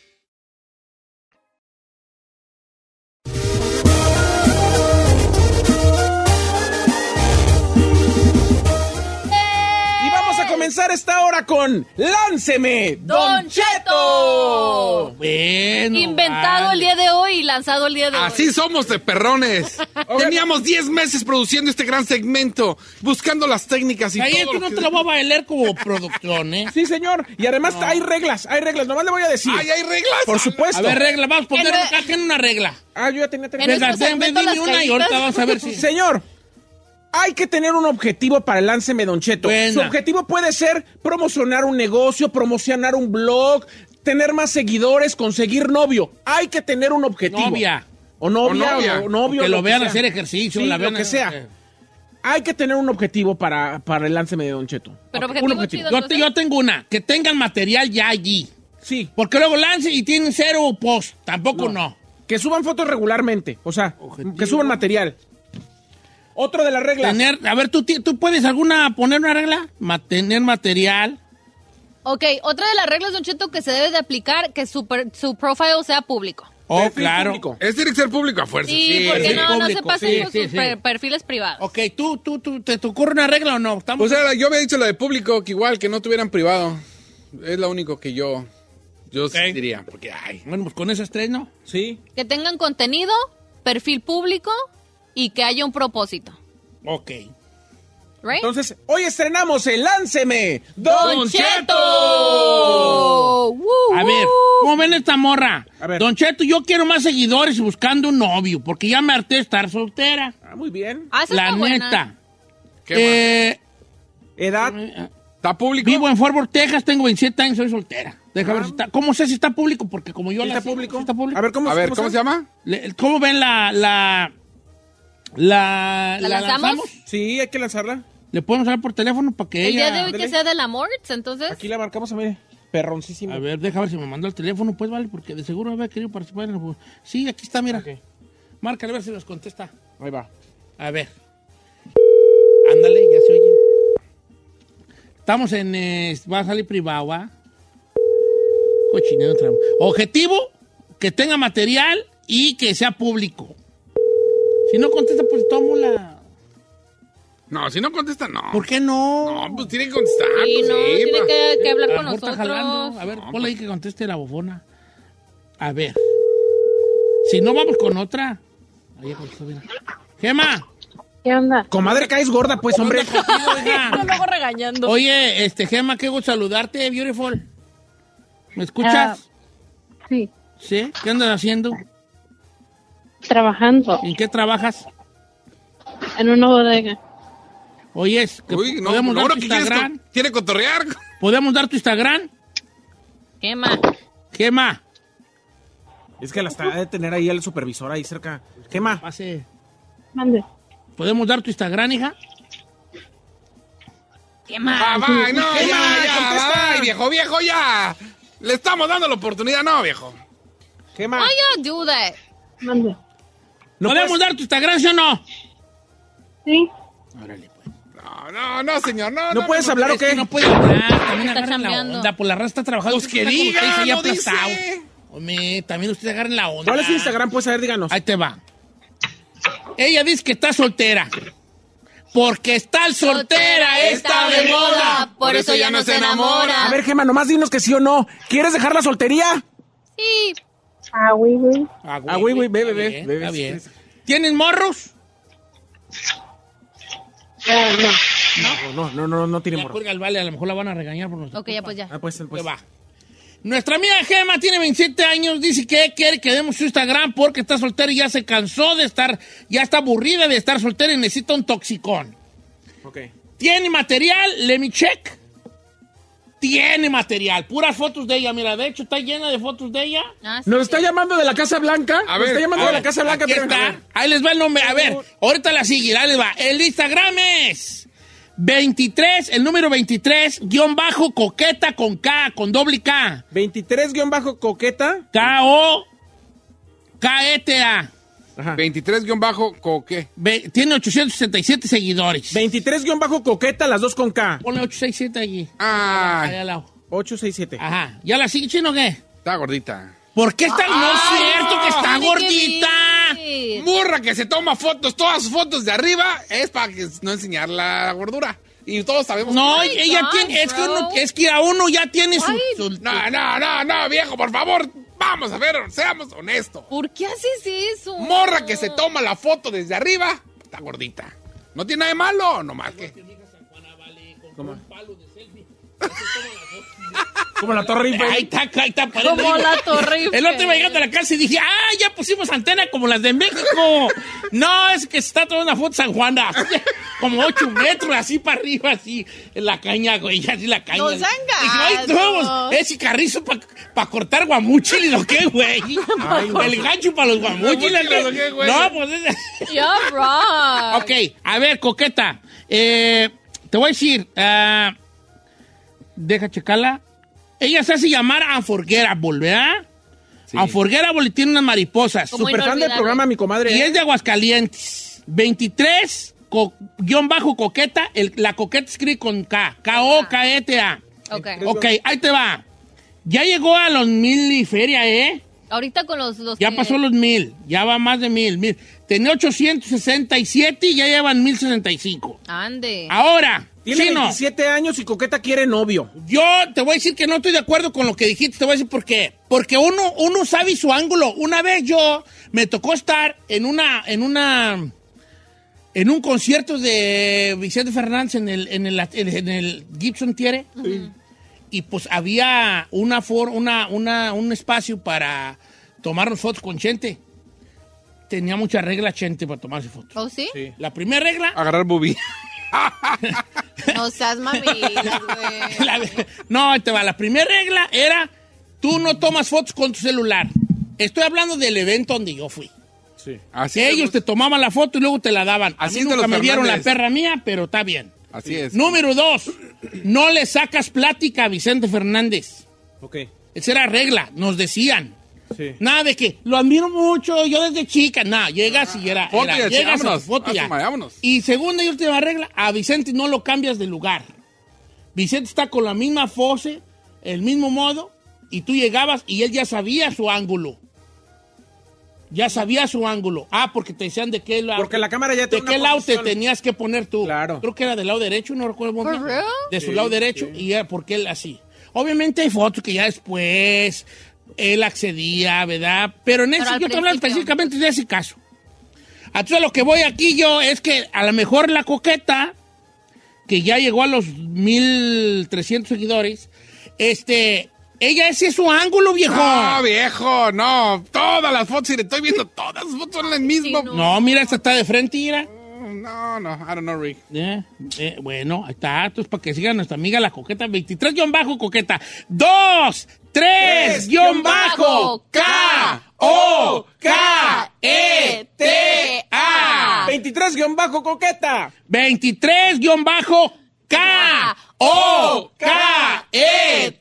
Y vamos a comenzar esta hora con Lánceme, Don Cheto. Bueno, Inventado el día de hoy y lanzado el día de hoy. Así somos de perrones. Teníamos 10 meses produciendo este gran segmento, buscando las técnicas y Ahí tú todo lo no que- te lo voy a bailar como producción, ¿eh? Sí, señor. Y además hay reglas, hay reglas. Nomás le voy a decir. Ay, hay reglas. Por supuesto. A ver, regla, vamos a poner En el- acá tiene una regla. Ah, yo ya tenía tres. En Venga, nuestro ven, ven, segmento dime Las una y Caídas. ahorita vamos a ver si... Señor, hay que tener un objetivo para el Lánceme Don Cheto. Buena. Su objetivo puede ser promocionar un negocio, promocionar un blog, tener más seguidores, conseguir novio. Hay que tener un objetivo. Novia. O novia, O o novia. novio, novio. que lo vean sea. hacer ejercicio, Sí, la vean eh. lo que sea. Hay que tener un objetivo para, para el Lánceme de Don Cheto. Pero Ok, objetivo un objetivo. chido, Yo, te- yo tengo una, que tengan material ya allí. Sí. Porque luego lance y tienen cero post, tampoco no. Que suban fotos regularmente. O sea, que suban material. Otro de las reglas. Tener, a ver, ¿tú, ti- ¿tú puedes alguna poner una regla? Mantener material. Ok, otra de las reglas, Don Cheto, que se debe de aplicar, que su, per- su profile sea público. Oh, Perfil claro. público. Es tiene que ser público a fuerza. Sí, porque sí, no, no se público, pasen sí, con sí, sus sí. per- perfiles privados. Ok, ¿tú, tú, tú, ¿te, te ocurre una regla o no? Estamos... O sea, yo había dicho la de público, que igual, que no tuvieran privado. Es lo único que yo, yo Ok. diría. Porque, ay. bueno, pues con esas tres, ¿no? Sí. Que tengan contenido, perfil público y que haya un propósito. Ok. ¿Right? Entonces, hoy estrenamos el Lánceme Don Don Cheto. Oh, woo, A ver, woo. ¿cómo ven esta morra? A ver. Don Cheto, yo quiero más seguidores y buscando un novio, porque ya me harté de estar soltera. Ah, muy bien. Ah, esa La está buena. neta. ¿Qué más? Eh, Edad. ¿Está público? vivo en Fort Worth, Texas, tengo 27 años, soy soltera. Deja ver si está. ¿Cómo sé si está público? Porque como yo Ah. ¿sí la ¿Está sigo, público? ¿sí está público. A ver, ¿cómo, a ver, ¿cómo se llama? Le- ¿Cómo ven la. la. la. ¿La lanzamos? Sí, hay que lanzarla. Le podemos hablar por teléfono para que El ella. día de hoy que Ándale. sea del amor, entonces. Aquí la marcamos, mire. Perroncísimo. A ver, deja ver si me mandó el teléfono, pues vale, porque de seguro había querido participar en el. Sí, aquí está, mira. Márcale a ver si nos contesta. Ahí va. A ver. Ándale, ya se oye. Estamos en. eh, va a salir privado, ¿ah? ¿va? Cochinero tramo. Objetivo: que tenga material y que sea público. Si no contesta, pues tomo la. No, si no contesta, no. ¿Por qué no? No, pues tiene que contestar. Sí, pues, no, sí, pues. tiene pa. que, que hablar con A lo mejor nosotros. está jalando. A ver, ponle ahí que conteste la bofona. A ver. Si no, vamos con otra. Ahí ya contestó, mira. Gema. ¿Qué onda? Comadre, caes gorda, pues, hombre. ¿qué onda contigo, hija? No luego regañando. Oye, este Gema, qué gusto saludarte, beautiful. ¿Me escuchas? Ah, Sí, ¿Sí? ¿Qué andas haciendo? trabajando ¿En qué trabajas? en una bodega. Oye, es que Uy, no, podemos dar no, ahora tu que quieres Instagram. co- quiere cotorrear. ¿Podemos dar tu Instagram? ¿Qué más? Gema. Es que la está de tener ahí el supervisor ahí cerca. Gema, Pase. Mande. ¿Podemos dar tu Instagram, hija? ¿Qué más? Ah, bye, no, ya, ¿Qué más? ya, Contesta. bye, viejo, viejo, ya. Le estamos dando la oportunidad, no, viejo. Gema. Why you do that? Mande. No ¿Podemos puedes- dar tu Instagram, sí o no? Sí, Órale, pues. No, No, no, no, señor, no. ¿No puedes hablar o es que qué? no puede hablar. También Está agarran la chambeando. onda. Pues la raza está trabajando. Pues Usted que está como usted diga, dice, ya no dice. aplastado. Hombre, Pues, también ustedes agarren la onda. ¿Cuál es su Instagram? Pues a ver, díganos. Ahí te va. Ella dice que está soltera. Porque está soltera, está de moda. Por eso ya no se enamora. A ver, Gema, nomás dinos que sí o no. ¿Quieres dejar la soltería? Sí. Ah, güey, güey. Ah, güey, güey, bebe, bebe. bebe. Está bien. ¿Tienen morros? No, no, no, no, no tiene Ya, morro. cuelga el vale, a lo mejor la van a regañar por nosotros. Ok, ya pues ya. Ah, pues, pues. va. Nuestra amiga Gema tiene 27 años, dice que quiere que demos su Instagram porque está soltera y ya se cansó de estar, ya está aburrida de estar soltera y necesita un toxicón. Ok. Tiene material, let me check. Tiene material, puras fotos de ella, mira, de hecho está llena de fotos de ella. ¿Nos está llamando de la Casa Blanca? A ¿Nos ver, está llamando a de la ver, Casa Blanca? aquí pero- está. Ahí les va el nombre. A ver, ahorita la sigue. Ahí les va. El Instagram es 23, el número 23, guión bajo coqueta con K, con doble K. 23 guión bajo coqueta. K-O. E K-E-T-A. 23 guión bajo coque. Ve- Tiene 867 seguidores. 23 guión bajo coqueta, las dos con K. Ponle 867 allí. Ah, Ahí al lado. 867. Ajá. ¿Ya la sigue chino o qué? está gordita. ¿Por qué está? no es cierto que está Tiene gordita. que ver. Murra que se toma fotos, todas sus fotos de arriba es para que no enseñar la gordura. Y todos sabemos. No, que- ella tiene. Es que, uno- es que a uno ya tiene su. su- No, no, no, no, viejo, por favor. Vamos a ver, seamos honestos. ¿Por qué haces eso? Morra que se toma la foto desde arriba está gordita. No tiene nada de malo, nomás que. Como la Torre Eiffel. Ahí está, ahí está. parece. Como la Torre Eiffel. El otro iba llegando a la cárcel y dije, ah, ya pusimos antena como las de México. no, es que se está tomando una foto San Juana. como ocho metros, así para arriba, así. En la caña, güey, así la caña. No Dije, sean ay, gatos. vamos, ese carrizo para cortar guamúchiles, ¿o qué, güey? El gancho para los guamúchiles. Guamúchiles, ¿o qué, güey? no, pues... es- You're wrong. Ok, a ver, coqueta. eh, te voy a decir. ah, deja checarla. Ella se hace llamar Unforgettable, ¿verdad? Unforgettable y tiene unas mariposas. Como Super fan del inolvidable. programa, mi comadre. ¿eh? Y es de Aguascalientes. 23, co- guión bajo coqueta. el- la coqueta escribe con K. K-O-K-E-T-A. Ah. Ok. Ok, ahí te va. Ya llegó a los mil y feria, ¿eh? Ahorita con los. los Ya que- pasó los mil. Ya va más de mil. mil. Tenía 867 y ya llevan 1065. Ande. Ahora, Tiene Chino, 27 años y coqueta quiere novio. yo te voy a decir que no estoy de acuerdo con lo que dijiste, te voy a decir por qué. Porque uno, uno sabe su ángulo. Una vez yo me tocó estar en una, en una, en un concierto de Vicente Fernández en el, en el, en el Gibson Tiere. Y pues había una, for- una, una, un espacio para tomarnos fotos con gente. Tenía muchas reglas, gente, para tomarse fotos. ¿Oh, sí? La primera regla, Agarrar bubi. No seas mami, güey. La- no, ahí te va. La primera regla era, tú no tomas fotos con tu celular. Estoy hablando del evento donde yo fui. Así Que es. ellos te tomaban la foto y luego te la daban. Así Así es de nunca los me dieron la Fernández. perra mía, pero está bien. Así es. Número dos, no le sacas plática a Vicente Fernández. Ok, Esa era regla, nos decían. sí. Nada de que lo admiro mucho, yo desde chica. Nada, llegas y era. Foto era, y así, llegas a vámonos, foto y ya. asuma, vámonos. Y segunda y última regla, a Vicente no lo cambias de lugar. Vicente está con la misma pose, el mismo modo, y tú llegabas y él ya sabía su ángulo. Ya sabía su ángulo. Ah, porque te decían de qué lado. Porque la cámara ya ¿De tiene qué una lado te posición. tenías que poner tú? Claro. Creo que era del lado derecho, no recuerdo muy ¿For bien. real? De su Sí, lado derecho, sí. y era porque él así. Obviamente hay fotos que ya después él accedía, ¿verdad? Pero en Pero ese, al yo te hablando principio. específicamente de ese caso. A todo lo que voy aquí yo es que a lo mejor la coqueta, que ya llegó a los 1300 seguidores, este, ella ese es su ángulo, viejo. No, viejo, no. Todas las fotos, y le estoy viendo, todas las fotos son las mismas. no. No, mira, esta está de frente, mira. No, no, I don't know, Rick. Eh, eh, bueno, ahí está, entonces para que siga nuestra amiga la coqueta, 23 guión bajo coqueta, 2, 3 guión bajo, K, O, K, E, T, A, 23 guión bajo coqueta. 23 guión bajo, K, E O-K-E-T-A.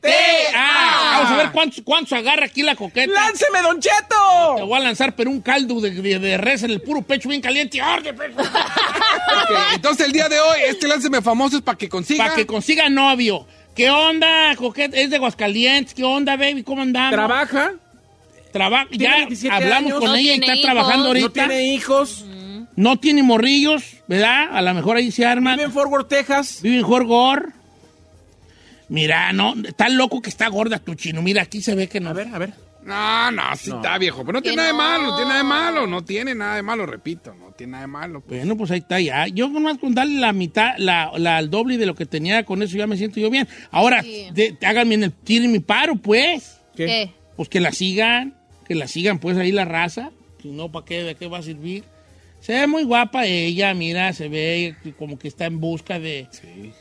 Vamos a ver cuántos, cuántos agarra aquí la coqueta. ¡Lánceme, Don Cheto! Te voy a lanzar, pero un caldo de, de- de res en el puro pecho bien caliente. ¡Ah, qué pecho! Entonces, el día de hoy, este lánceme famoso es para que consiga. Para que consiga novio. ¿Qué onda, coqueta? Es de Aguascalientes. ¿Qué onda, baby? ¿Cómo andamos? Trabaja. Trabaja. Tiene Ya 27 hablamos años. con No ella y tiene está hijos. trabajando No ahorita. tiene hijos. No tiene morrillos, ¿verdad? A lo mejor ahí se arma. Vive en Fort Worth, Texas. Vive en Fort Worth. Mira, no, está loco que está gorda tu chino. Mira, aquí se ve que no. A ver, a ver. No, no, sí está viejo. Pero no tiene nada de malo, no tiene nada de malo. No tiene nada de malo, repito. No tiene nada de malo. Bueno, pues ahí está ya. Yo nomás con darle la mitad, la, la- el doble de lo que tenía con eso ya me siento yo bien. Ahora, Sí. de- háganme en el, tiren mi paro, pues. ¿Qué? ¿Qué? Pues que la sigan, que la sigan pues ahí la raza. Si no, ¿para qué? ¿De qué va a servir? Se ve muy guapa ella, mira, se ve como que está en busca de...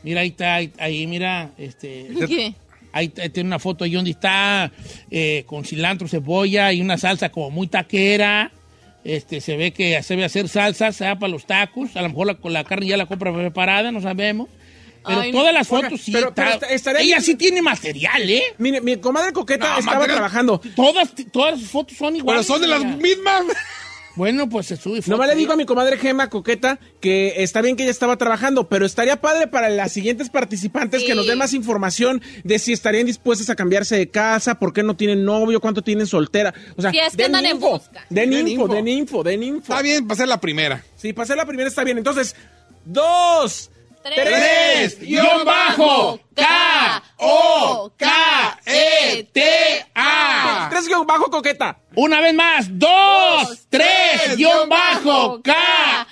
Mira, ahí está, ahí, ahí, mira, este... ¿Qué? Ahí t- tiene una foto ahí donde está eh, con cilantro, cebolla y una salsa como muy taquera. Este, se ve que se ve hacer salsa, se da para los tacos. A lo mejor la, con la carne ya la compra preparada, no sabemos. Pero Ay, no. todas las Oiga, fotos sí pero- está- pero esta- estaría Ella bien- sí tiene material, ¿eh? Mire, mi comadre coqueta No, estaba material- trabajando. Todas, todas sus fotos son iguales. son de las mismas. Bueno, pues se sube foto. Nomás le digo a mi comadre Gema Coqueta que está bien que ella estaba trabajando, pero estaría padre para las siguientes participantes que nos den más información de si estarían dispuestas a cambiarse de casa, por qué no tienen novio, cuánto tienen soltera. O sea, Si es que den andan en info, busca. Den Den info, info. den info, den info. Está bien, para ser la primera. Sí, para ser la primera está bien. Entonces, dos, tres, guión bajo, K, O, K, E, T, A. Tres guión bajo coqueta. Una vez más, dos, tres, guión bajo, K,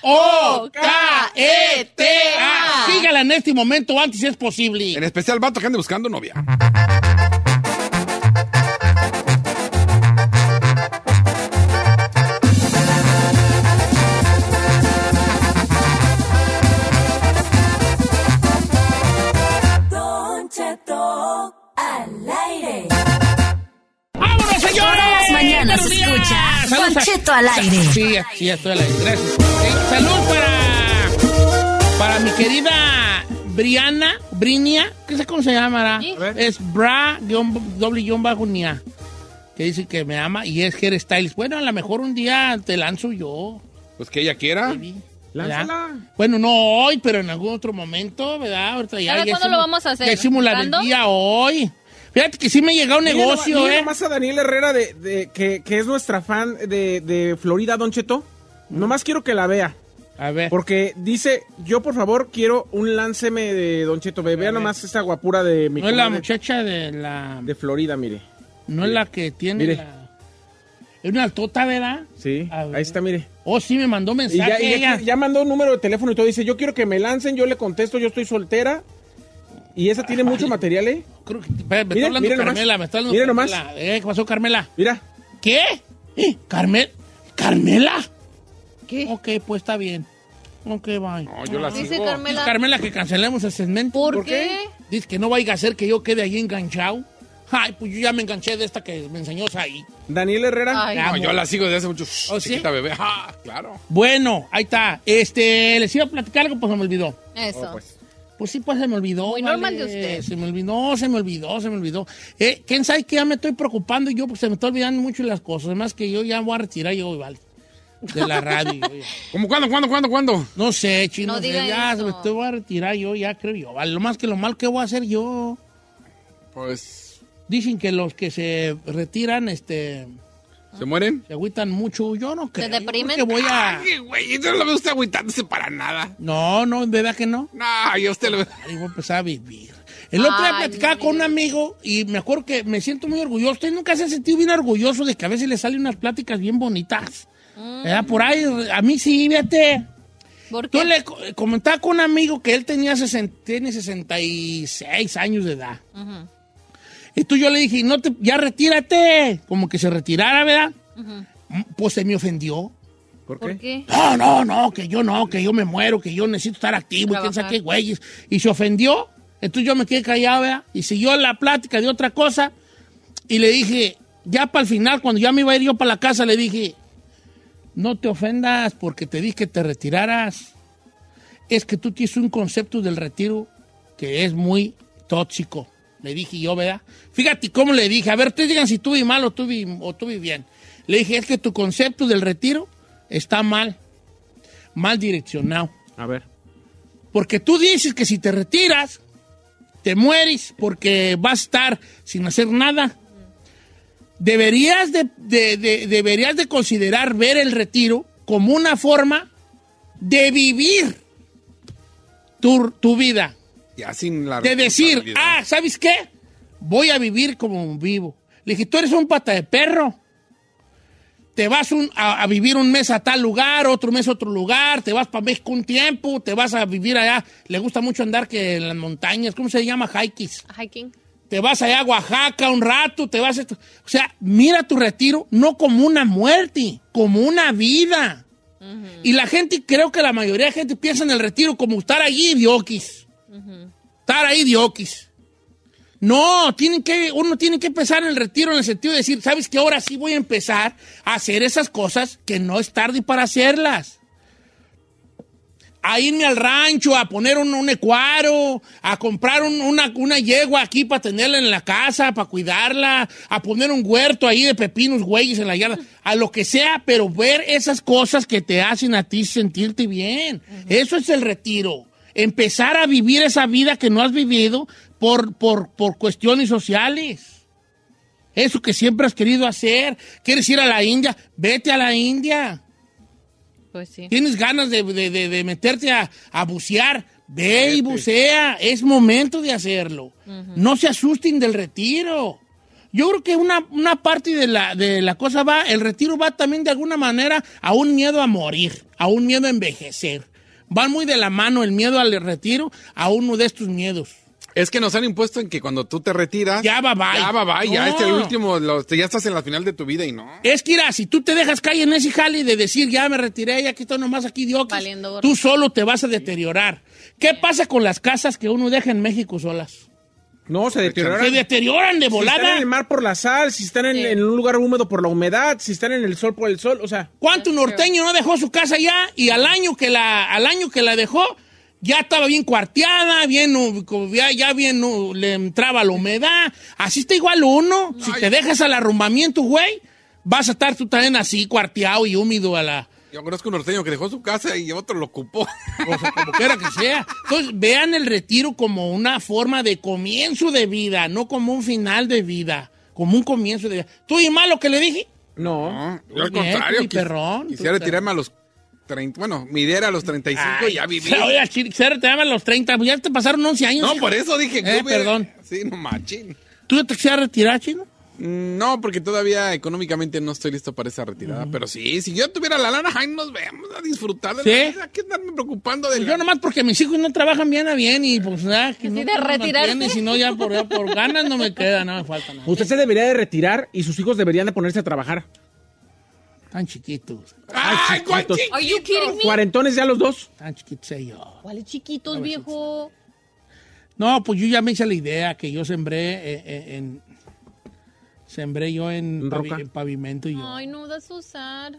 O, K, E, T, A. Sígala en este momento antes si es posible. En especial, vato que ande buscando novia. Don Cheto al aire. ¡Vámonos, señores! Todas las mañanas ¡Buenos días! escuchas Don Saludos a- Cheto al aire. Sí, ya- sí, ya estoy al aire. Gracias. Eh, Salud para, para mi querida Briana, Brinia, ¿qué sé cómo se llamará? Sí. A ver. Es bra guión- doble guión bajo nia, que dice que me ama y es Hair Styles. Bueno, a lo mejor un día te lanzo yo. Pues que ella quiera. ¿verdad? Bueno, no hoy, pero en algún otro momento, ¿verdad? Ahorita ya. ¿Ahora ya cuándo hicimos- lo vamos a hacer? Ya hicimos la del ¿Cuándo? día hoy. Fíjate que sí me llega un Mira negocio, nomás- mira ¿eh? nomás a Daniel Herrera, de, de- que, que es nuestra fan de, de Florida, Don Cheto. Nomás quiero que la vea. A ver. Porque dice, yo por favor quiero un lánceme de Don Cheto. Ve, vea ver. nomás esta guapura de mi No es la comadre muchacha de la. De Florida, mire. No es la que tiene Mire. la- Es una altota, ¿verdad? Sí, A ver. ahí está, mire. Oh, sí, me mandó Y mensaje ya, y ya- ella. ya mandó un número de teléfono y todo. Dice, yo quiero que me lancen, yo le contesto, yo estoy soltera. Y esa tiene mucho material, ¿eh? Creo que, espera, me Mire, está hablando mire nomás. Carmela, me está hablando Mire nomás. Carmela. Eh, ¿Qué pasó, Carmela? Mira. ¿Qué? Eh, Carmel... ¿Carmela? ¿Qué? Ok, pues está bien. Ok, bye. No, yo la Dice sigo. Carmela- Carmela. Carmela que cancelemos el segmento. ¿Por ¿Por qué? Dice que no vaya a ser que yo quede ahí enganchado. Ay, pues yo ya me enganché de esta que me enseñó ahí. Daniel Herrera. Ay. No, yo la sigo desde hace mucho. ¿Oh, sí? Chiquita bebé. Ah, claro. Bueno, ahí está. Este, les iba a platicar algo, pues se me olvidó. Eso. Pues sí, pues se me olvidó. Muy normal de usted. Se me olvidó, se me olvidó, se me olvidó. Eh, ¿Quién sabe que ya me estoy preocupando? Yo, pues se me está olvidando mucho las cosas. Además que yo ya voy a retirar yo, vale. De la radio. ¿Cómo cuándo, cuándo, cuándo, cuándo? No sé, chino. No sé, diga ya eso. me estoy, voy a retirar yo, ya creo yo. Vale, lo más que lo mal que voy a hacer yo. Pues. Dicen que los que se retiran, este. ¿Se mueren? Se agüitan mucho. Yo no creo. ¿Se Yo creo deprimen? que voy a. Ay, güey, yo no lo veo usted agüitándose para nada. No, no, de verdad que no. No, yo a usted lo veo. Ahí voy a empezar a vivir. El otro día Ay, platicaba con un amigo y me acuerdo que me siento muy orgulloso. Usted nunca se ha sentido bien orgulloso de que a veces le salen unas pláticas bien bonitas. ¿Verdad? Eh, Por ahí, a mí sí, fíjate. ¿Por Yo le co- eh, comentaba con un amigo que él tenía sesen- tiene 66 años de edad. Ujú, Y tú yo le dije, no te, ya retírate. Como que se retirara, ¿verdad? ujú. Mm, Pues se me ofendió. ¿Por qué? No, no, no, que yo no, que yo me muero, que yo necesito estar activo y quién sabe qué güeyes. Y se ofendió. Entonces yo me quedé callado, ¿verdad? Y siguió la plática de otra cosa. Y le dije, ya para el final, cuando ya me iba a ir yo para la casa, le dije, no te ofendas porque te dije que te retiraras. Es que tú tienes un concepto del retiro que es muy tóxico. Le dije yo, ¿verdad? Fíjate cómo le dije. A ver, ustedes digan si tuve mal o tuve, o tuve bien. Le dije, es que tu concepto del retiro está mal. Mal direccionado. A ver. Porque tú dices que si te retiras, te mueres porque vas a estar sin hacer nada. Deberías de, de- de- deberías de considerar ver el retiro como una forma de vivir tu, tu vida. Ya sin la De decir, responsabilidad. ah, ¿sabes qué? Voy a vivir como vivo. Le dije, tú eres un pata de perro. Te vas un- a, a vivir un mes a tal lugar, otro mes a otro lugar, te vas para México un tiempo, te vas a vivir allá. Le gusta mucho andar que en las montañas, ¿cómo se llama? Hikes. Hiking. Te vas allá a Oaxaca un rato, te vas... a esto. O sea, mira tu retiro no como una muerte, como una vida. Y la gente, creo que la mayoría de gente piensa en el retiro como estar allí diokis estar ahí diokis. No, tienen que, uno tiene que empezar en el retiro en el sentido de decir, ¿sabes qué? Ahora sí voy a empezar a hacer esas cosas que no es tarde para hacerlas. A irme al rancho, a poner un, un ecuaro, a comprar un- una, una yegua aquí para tenerla en la casa, para cuidarla, a poner un huerto ahí de pepinos, güeyes en la yarda, a lo que sea, pero ver esas cosas que te hacen a ti sentirte bien. Eso es el retiro empezar a vivir esa vida que no has vivido por, por, por cuestiones sociales. Eso que siempre has querido hacer. ¿Quieres ir a la India? Vete a la India. Pues sí. ¿Tienes ganas de, de- de- de meterte a, a bucear? Ve y bucea. Es momento de hacerlo. No se asusten del retiro. Yo creo que una, una parte de la, de la cosa va, el retiro va también de alguna manera a un miedo a morir, a un miedo a envejecer. Van muy de la mano el miedo al retiro a uno de estos miedos. Es que nos han impuesto en que cuando tú te retiras. Ya va, bye. Ya va, bye, ya No. este el último, lo- ya estás en la final de tu vida y no. Es que, mira, si tú te dejas caer en ese jale de decir, ya me retiré, ya que estoy nomás aquí de oquis", Valiendo gorro. tú solo te vas a deteriorar. ¿Qué pasa con las casas que uno deja en México solas? No, se deterioran. Se deterioran de Si están volada. en el mar por la sal, si están en, en un lugar húmedo por la humedad, si están en el sol por el sol, o sea. ¿Cuánto norteño no dejó su casa ya y al año que la, al año que la dejó, ya estaba bien cuarteada, bien, uh, como ya, ya bien uh, le entraba la humedad? Así está igual uno. Si te dejas al arrumbamiento, güey, vas a estar tú también así, cuarteado y húmedo a la... Yo conozco un norteño que dejó su casa y otro lo ocupó. O sea, como quiera que sea. Entonces, vean el retiro como una forma de comienzo de vida, no como un final de vida, como un comienzo de vida. ¿Tú y mal lo que le dije? No. Yo al Bien, contrario. tú ni quis- perrón, quisiera tú retirarme a los 30. Bueno, mi idea era a los 35 y ya viví. Oye, Chirixer, te llaman los 30, pues ya te pasaron 11 años. No, hijo. por eso dije que Eh, hubiera- perdón. Sí, no machín. ¿Tú te quisieras retirar, chino? No, porque todavía económicamente no estoy listo para esa retirada. Pero sí, si yo tuviera la lana, ay, nos vemos a disfrutar de la ¿Sí? vida. ¿Qué andarme preocupando de Pues yo nomás porque mis hijos no trabajan bien a bien y pues nada, que no de no me retirarse. mantienen, Si no, ya por, ya por ganas no me queda, no me falta nada. Usted se debería de retirar y sus hijos deberían de ponerse a trabajar. Tan chiquitos, ¡Ay, cuál Are you kidding me? Cuarentones ya los dos. tan chiquitos ellos. ¿Cuáles chiquitos, viejo? No, pues yo ya me hice la idea que yo sembré eh, eh, en... Sembré yo en, ¿En pavi- roca? en pavimento y yo. Ay, no das usar.